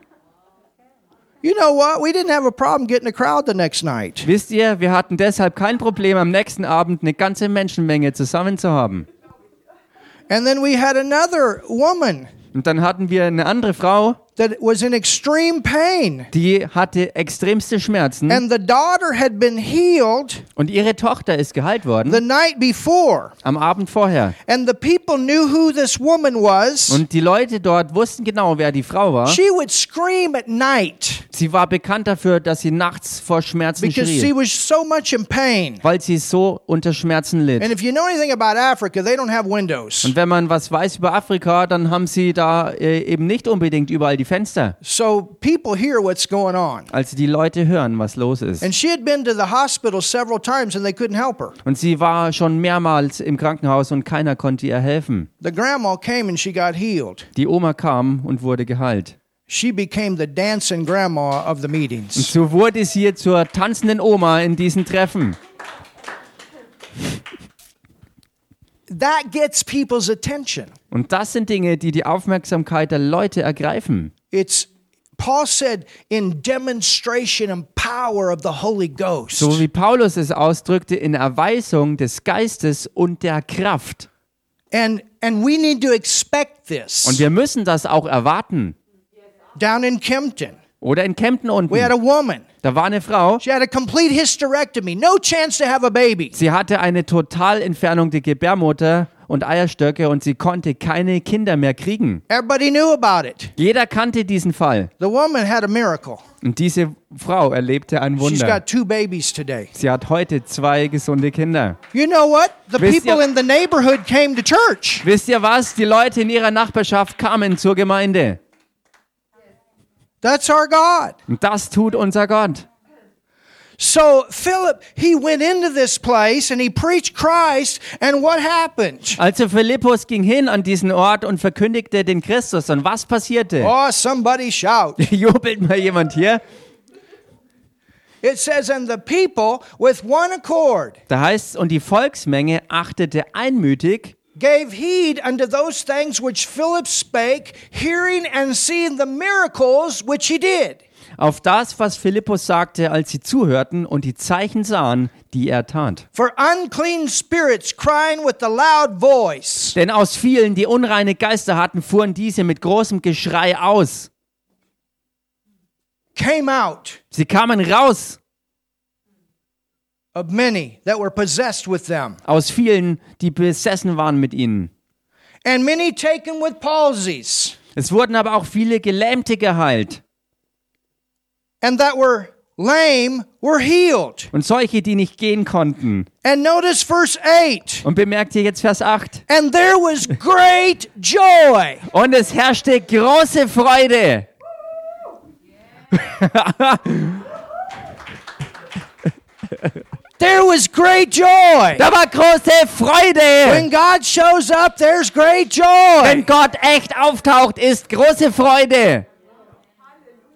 [SPEAKER 1] You know what? We didn't have a problem getting a crowd the next night.
[SPEAKER 2] Wisst ihr, wir hatten deshalb kein Problem, am nächsten Abend eine ganze Menschenmenge zusammen zu haben.
[SPEAKER 1] And then we had another woman
[SPEAKER 2] Und dann hatten wir eine andere Frau,
[SPEAKER 1] that was in extreme pain,
[SPEAKER 2] die hatte extremste Schmerzen
[SPEAKER 1] and the daughter had been healed.
[SPEAKER 2] und ihre Tochter ist geheilt worden
[SPEAKER 1] the night before.
[SPEAKER 2] am Abend vorher.
[SPEAKER 1] And the people knew who this woman was.
[SPEAKER 2] Und die Leute dort wussten genau, wer die Frau war.
[SPEAKER 1] She would scream at night
[SPEAKER 2] Sie war bekannt dafür, dass sie nachts vor Schmerzen
[SPEAKER 1] because
[SPEAKER 2] schrie.
[SPEAKER 1] she was so much in pain.
[SPEAKER 2] weil sie so unter Schmerzen litt.
[SPEAKER 1] And if you know anything about Africa, they don't have windows.
[SPEAKER 2] Und wenn man was weiß über Afrika, dann haben sie da äh, eben nicht unbedingt überall die Fenster.
[SPEAKER 1] So people hear what's going on.
[SPEAKER 2] Also die Leute hören, was los ist.
[SPEAKER 1] And she had been to the hospital several times and they couldn't help her.
[SPEAKER 2] Und sie war schon mehrmals im Krankenhaus und keiner konnte ihr helfen.
[SPEAKER 1] The grandma came and she got healed.
[SPEAKER 2] Die Oma kam und wurde geheilt.
[SPEAKER 1] She became the dancing grandma of the meetings.
[SPEAKER 2] So wurde sie zur tanzenden Oma in diesen Treffen.
[SPEAKER 1] That gets people's attention.
[SPEAKER 2] Und das sind Dinge, die die Aufmerksamkeit der Leute ergreifen.
[SPEAKER 1] It's Paul said in demonstration and power of the Holy Ghost.
[SPEAKER 2] So wie Paulus es ausdrückte, in Erweisung des Geistes und der Kraft.
[SPEAKER 1] And and we need to expect this.
[SPEAKER 2] Und wir müssen das auch erwarten.
[SPEAKER 1] Down in Kempton,
[SPEAKER 2] Oder in Kempten unten.
[SPEAKER 1] we had a woman.
[SPEAKER 2] Da war eine Frau,
[SPEAKER 1] She had a complete hysterectomy, no chance to have a baby.
[SPEAKER 2] sie hatte eine Totalentfernung der Gebärmutter und Eierstöcke und sie konnte keine Kinder mehr kriegen.
[SPEAKER 1] Everybody knew about it.
[SPEAKER 2] Jeder kannte diesen Fall.
[SPEAKER 1] The woman had a miracle.
[SPEAKER 2] Und diese Frau erlebte ein
[SPEAKER 1] She's
[SPEAKER 2] Wunder.
[SPEAKER 1] got two babies today.
[SPEAKER 2] Sie hat heute zwei gesunde Kinder.
[SPEAKER 1] You know what? The
[SPEAKER 2] Wisst
[SPEAKER 1] people
[SPEAKER 2] ihr-
[SPEAKER 1] in the neighborhood came to church.
[SPEAKER 2] Wisst ihr was? Die Leute in ihrer Nachbarschaft kamen zur Gemeinde.
[SPEAKER 1] That's our God.
[SPEAKER 2] Und das tut unser Gott.
[SPEAKER 1] So Philip, he went into this place and he preached Christ. And what happened?
[SPEAKER 2] Also Philippus ging hin an diesen Ort und verkündigte den Christus. Und was [LAUGHS] passierte? [LAUGHS]
[SPEAKER 1] Oh, somebody shout.
[SPEAKER 2] Jubelt mal jemand hier?
[SPEAKER 1] It says, and the people with one accord
[SPEAKER 2] Da heißt es, und die Volksmenge achtete einmütig
[SPEAKER 1] gave heed unto those things which Philip spake, hearing and seeing the miracles which he did.
[SPEAKER 2] auf das, was Philippus sagte, als sie zuhörten und die Zeichen sahen, die er tat.
[SPEAKER 1] For unclean spirits crying with a loud voice
[SPEAKER 2] Denn aus vielen, die unreine Geister hatten, fuhren diese mit großem Geschrei aus.
[SPEAKER 1] came out
[SPEAKER 2] Sie kamen raus
[SPEAKER 1] of many that were possessed with them,
[SPEAKER 2] aus vielen, die besessen waren mit ihnen.
[SPEAKER 1] and many taken with palsies,
[SPEAKER 2] Es wurden aber auch viele Gelähmte geheilt.
[SPEAKER 1] and that were lame were healed.
[SPEAKER 2] Und solche, die nicht gehen konnten.
[SPEAKER 1] And notice verse 8
[SPEAKER 2] Und bemerkt ihr jetzt Vers 8.
[SPEAKER 1] and there was great joy.
[SPEAKER 2] Und es herrschte große Freude.
[SPEAKER 1] There was great joy.
[SPEAKER 2] Da war große Freude.
[SPEAKER 1] When God shows up, there's great
[SPEAKER 2] Wenn
[SPEAKER 1] joy.
[SPEAKER 2] Gott echt auftaucht, ist große Freude.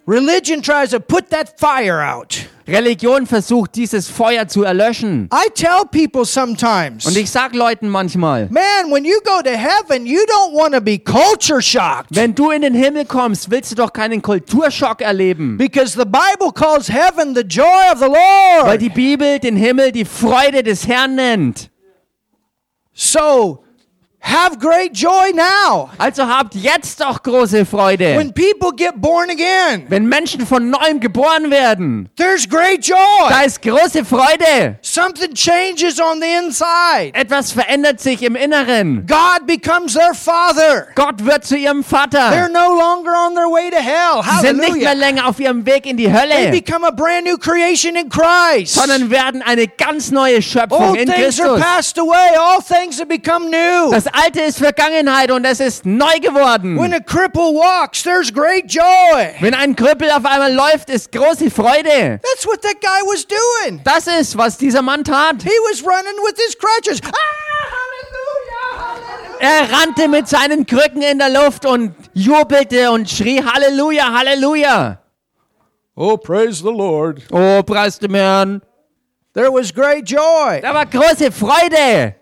[SPEAKER 1] Religion tries to put that fire out.
[SPEAKER 2] Religion versucht, dieses Feuer zu erlöschen.
[SPEAKER 1] I tell people sometimes,
[SPEAKER 2] Und ich sag Leuten manchmal,
[SPEAKER 1] man, when you go to heaven, you don't want to be culture shocked.
[SPEAKER 2] wenn du in den Himmel kommst, willst du doch keinen Kulturschock erleben.
[SPEAKER 1] Because the Bible calls heaven the joy of the
[SPEAKER 2] Weil
[SPEAKER 1] Lord.
[SPEAKER 2] die Bibel den Himmel die Freude des Herrn nennt.
[SPEAKER 1] So have great joy now.
[SPEAKER 2] Also habt jetzt doch große Freude.
[SPEAKER 1] When people get born again,
[SPEAKER 2] Wenn Menschen von neuem geboren werden,
[SPEAKER 1] there's great joy.
[SPEAKER 2] da ist große Freude.
[SPEAKER 1] Something changes on the inside.
[SPEAKER 2] Etwas verändert sich im Inneren.
[SPEAKER 1] God becomes their father.
[SPEAKER 2] Gott wird zu ihrem
[SPEAKER 1] They're
[SPEAKER 2] Vater.
[SPEAKER 1] no longer on their way to hell.
[SPEAKER 2] Sie sind nicht mehr
[SPEAKER 1] Hallelujah.
[SPEAKER 2] länger auf ihrem Weg in die
[SPEAKER 1] They
[SPEAKER 2] Hölle,
[SPEAKER 1] become a brand new creation in Christ.
[SPEAKER 2] sondern werden eine ganz neue Schöpfung
[SPEAKER 1] Old
[SPEAKER 2] in
[SPEAKER 1] things are
[SPEAKER 2] Christus.
[SPEAKER 1] passed away, all things have become new.
[SPEAKER 2] Das Alte ist Vergangenheit und es ist neu
[SPEAKER 1] When
[SPEAKER 2] geworden.
[SPEAKER 1] a cripple walks, there's great joy.
[SPEAKER 2] Wenn ein Krüppel auf einmal läuft, ist große Freude.
[SPEAKER 1] That's what that guy was doing.
[SPEAKER 2] Das ist, was dieser Mann tat.
[SPEAKER 1] He was running with his crutches. Ah, hallelujah, hallelujah.
[SPEAKER 2] Er rannte mit seinen Krücken in der Luft und jubelte und schrie Halleluja, Halleluja.
[SPEAKER 1] Oh, praise the Lord.
[SPEAKER 2] Oh, preis dem Herrn.
[SPEAKER 1] There was great joy.
[SPEAKER 2] Da war große Freude.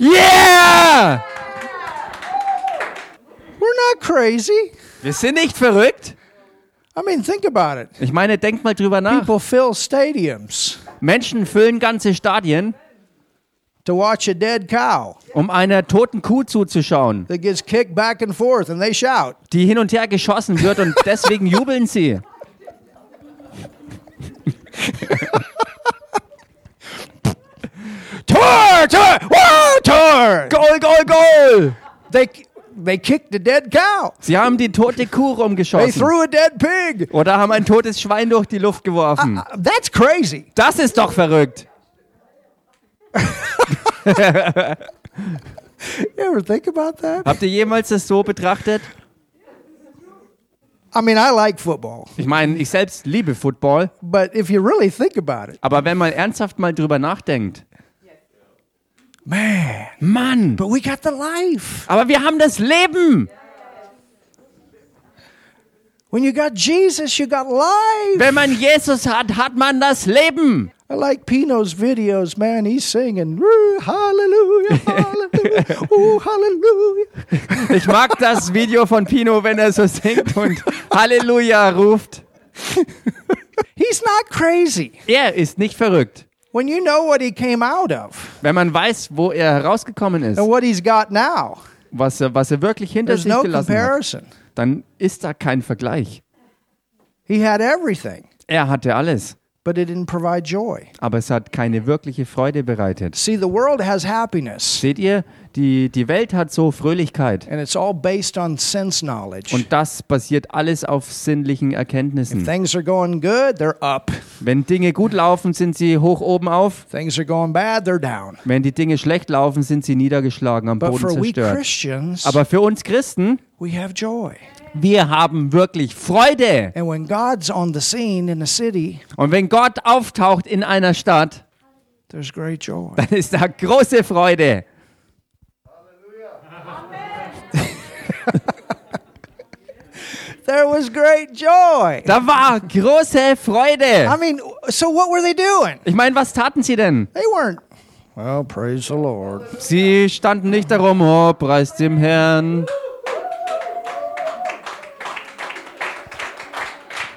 [SPEAKER 2] Yeah!
[SPEAKER 1] We're not crazy.
[SPEAKER 2] Wir sind nicht verrückt.
[SPEAKER 1] I mean, think about it.
[SPEAKER 2] Ich meine, denk mal drüber nach.
[SPEAKER 1] People fill stadiums
[SPEAKER 2] Menschen füllen ganze Stadien,
[SPEAKER 1] to watch a dead cow
[SPEAKER 2] um einer toten Kuh zuzuschauen,
[SPEAKER 1] that gets kicked back and forth and they shout.
[SPEAKER 2] die hin und her geschossen
[SPEAKER 1] [LAUGHS]
[SPEAKER 2] wird und deswegen jubeln sie.
[SPEAKER 1] Tor, tor, whoa, tor.
[SPEAKER 2] Goal, Goal, Goal!
[SPEAKER 1] They, they kicked a dead cow.
[SPEAKER 2] Sie haben die tote Kuh
[SPEAKER 1] They
[SPEAKER 2] rumgeschossen.
[SPEAKER 1] threw a dead pig. Uh,
[SPEAKER 2] Oder haben ein totes Schwein durch die Luft
[SPEAKER 1] Ah,
[SPEAKER 2] geworfen.
[SPEAKER 1] That's crazy.
[SPEAKER 2] Das ist doch verrückt.
[SPEAKER 1] You ever think about that?
[SPEAKER 2] Habt ihr jemals das so betrachtet?
[SPEAKER 1] I mean, I like football,
[SPEAKER 2] Ich meine, ich selbst liebe Football,
[SPEAKER 1] but if you really think about it,
[SPEAKER 2] aber wenn man ernsthaft mal drüber nachdenkt,
[SPEAKER 1] man,
[SPEAKER 2] Mann,
[SPEAKER 1] but we got the life.
[SPEAKER 2] aber wir haben das Leben.
[SPEAKER 1] When you got Jesus, you got life.
[SPEAKER 2] Wenn man Jesus hat, hat man das Leben.
[SPEAKER 1] I like Pino's videos, man. He's singing, "Ooh, hallelujah, hallelujah, ooh, hallelujah.
[SPEAKER 2] Ich mag das Video von Pino, wenn er so singt und Halleluja ruft.
[SPEAKER 1] He's not crazy.
[SPEAKER 2] Er ist nicht verrückt,
[SPEAKER 1] When you know what he came out of
[SPEAKER 2] wenn man weiß, wo er herausgekommen ist,
[SPEAKER 1] and what he's got now,
[SPEAKER 2] was er, was er wirklich hinter
[SPEAKER 1] there's
[SPEAKER 2] sich
[SPEAKER 1] no
[SPEAKER 2] gelassen hat.
[SPEAKER 1] comparison.
[SPEAKER 2] Dann ist da kein Vergleich.
[SPEAKER 1] He had everything,
[SPEAKER 2] Er hatte alles,
[SPEAKER 1] but it didn't provide joy.
[SPEAKER 2] aber es hat keine wirkliche Freude bereitet.
[SPEAKER 1] See, the world has happiness,
[SPEAKER 2] Seht ihr, die, die Welt hat so Fröhlichkeit.
[SPEAKER 1] and it's all based on sense knowledge.
[SPEAKER 2] Und das basiert alles auf sinnlichen Erkenntnissen.
[SPEAKER 1] Things are going good, they're up.
[SPEAKER 2] Wenn Dinge gut laufen, sind sie hoch oben auf.
[SPEAKER 1] Things are going bad, they're down.
[SPEAKER 2] Wenn die Dinge schlecht laufen, sind sie niedergeschlagen, am
[SPEAKER 1] But
[SPEAKER 2] Boden
[SPEAKER 1] for we
[SPEAKER 2] zerstört.
[SPEAKER 1] Christians,
[SPEAKER 2] Aber für uns Christen,
[SPEAKER 1] we have joy.
[SPEAKER 2] wir haben wirklich Freude.
[SPEAKER 1] And when God's on the scene in a city,
[SPEAKER 2] Und wenn Gott auftaucht in einer Stadt,
[SPEAKER 1] there's great joy.
[SPEAKER 2] dann ist da große Freude.
[SPEAKER 1] there was great joy.
[SPEAKER 2] Da war große
[SPEAKER 1] I
[SPEAKER 2] Freude.
[SPEAKER 1] mean, so what were they doing?
[SPEAKER 2] Ich meine, was taten sie denn?
[SPEAKER 1] They weren't. Well, praise the Lord.
[SPEAKER 2] Sie standen nicht darum, oh, preis dem Herrn.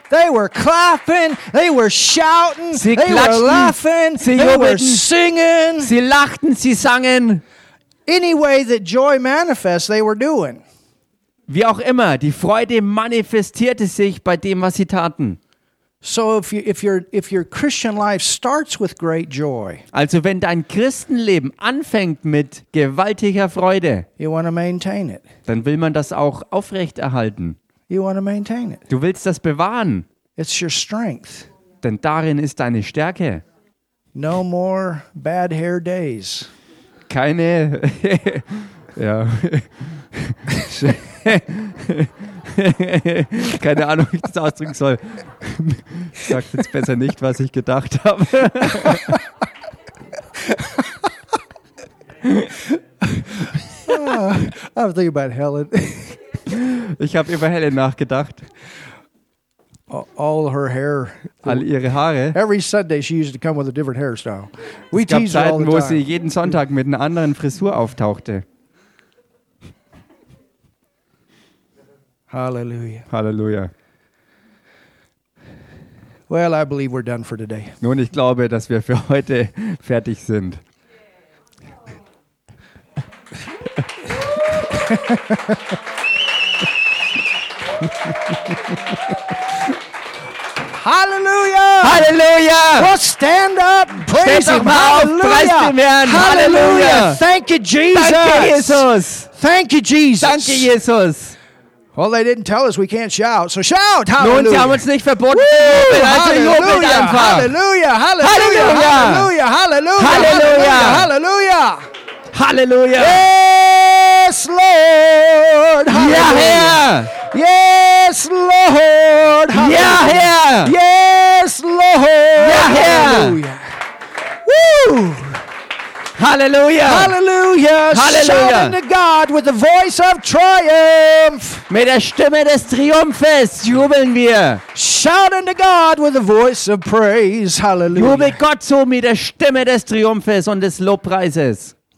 [SPEAKER 1] They were clapping. They were shouting.
[SPEAKER 2] Sie
[SPEAKER 1] they were
[SPEAKER 2] klatschten,
[SPEAKER 1] laughing.
[SPEAKER 2] sie
[SPEAKER 1] they were
[SPEAKER 2] jubelten.
[SPEAKER 1] singing.
[SPEAKER 2] Sie lachten, sie sangen.
[SPEAKER 1] Any way that joy manifests, they were doing.
[SPEAKER 2] Wie auch immer, die Freude manifestierte sich bei dem, was sie taten.
[SPEAKER 1] So if you if your if your Christian life starts with great joy,
[SPEAKER 2] Also wenn dein Christenleben anfängt mit gewaltiger Freude,
[SPEAKER 1] you want to maintain it.
[SPEAKER 2] dann will man das auch aufrechterhalten.
[SPEAKER 1] You want to maintain it.
[SPEAKER 2] Du willst das bewahren,
[SPEAKER 1] It's your strength.
[SPEAKER 2] denn darin ist deine Stärke.
[SPEAKER 1] No more bad hair days. [LAUGHS]
[SPEAKER 2] Keine. [LAUGHS] ja. [LAUGHS] Keine Ahnung, wie ich das ausdrücken soll. Ich sag jetzt besser nicht, was ich gedacht habe.
[SPEAKER 1] Ah, I was thinking about Helen. [LAUGHS]
[SPEAKER 2] Ich habe über Helen nachgedacht.
[SPEAKER 1] All her hair.
[SPEAKER 2] All ihre Haare.
[SPEAKER 1] Every Sunday she used to come with a different hairstyle. We
[SPEAKER 2] Es gab
[SPEAKER 1] teased her all
[SPEAKER 2] Zeiten,
[SPEAKER 1] the
[SPEAKER 2] wo sie
[SPEAKER 1] time.
[SPEAKER 2] jeden Sonntag mit einer anderen Frisur auftauchte.
[SPEAKER 1] Hallelujah.
[SPEAKER 2] Halleluja.
[SPEAKER 1] Well, I believe we're done for today.
[SPEAKER 2] Nun, ich glaube, dass wir für heute fertig sind.
[SPEAKER 1] Hallelujah.
[SPEAKER 2] Halleluja!
[SPEAKER 1] Well, stand up, and praise
[SPEAKER 2] Steht
[SPEAKER 1] him.
[SPEAKER 2] doch mal auf, preist dem Herrn. Halleluja.
[SPEAKER 1] Thank you, Jesus.
[SPEAKER 2] Danke, Jesus!
[SPEAKER 1] Thank you, Jesus.
[SPEAKER 2] Danke, Jesus!
[SPEAKER 1] Well, they didn't tell us we can't shout, so shout.
[SPEAKER 2] Nun, sie
[SPEAKER 1] Hallelujah.
[SPEAKER 2] haben uns nicht verboten.
[SPEAKER 1] Woo,
[SPEAKER 2] zu jubeln, also
[SPEAKER 1] hallelujah,
[SPEAKER 2] jubelt einfach!
[SPEAKER 1] hallelujah, hallelujah,
[SPEAKER 2] Hallelujah.
[SPEAKER 1] hallelujah, hallelujah,
[SPEAKER 2] Hallelujah.
[SPEAKER 1] hallelujah.
[SPEAKER 2] Halleluja!
[SPEAKER 1] Yes, Lord.
[SPEAKER 2] Ja,
[SPEAKER 1] Hallelujah.
[SPEAKER 2] Herr!
[SPEAKER 1] Yes, Lord.
[SPEAKER 2] Ja,
[SPEAKER 1] Hallelujah.
[SPEAKER 2] Herr!
[SPEAKER 1] Yes, Lord.
[SPEAKER 2] Herr.
[SPEAKER 1] Hallelujah. Woo!
[SPEAKER 2] Halleluja!
[SPEAKER 1] Hallelujah!
[SPEAKER 2] Hallelujah.
[SPEAKER 1] Shout unto God with the voice of triumph!
[SPEAKER 2] Mit der Stimme des Triumphes jubeln wir!
[SPEAKER 1] Shout unto God with the voice of praise!
[SPEAKER 2] Jubel
[SPEAKER 1] Hallelujah!
[SPEAKER 2] Gott zu mit der Stimme des Triumphes und des Lobpreises!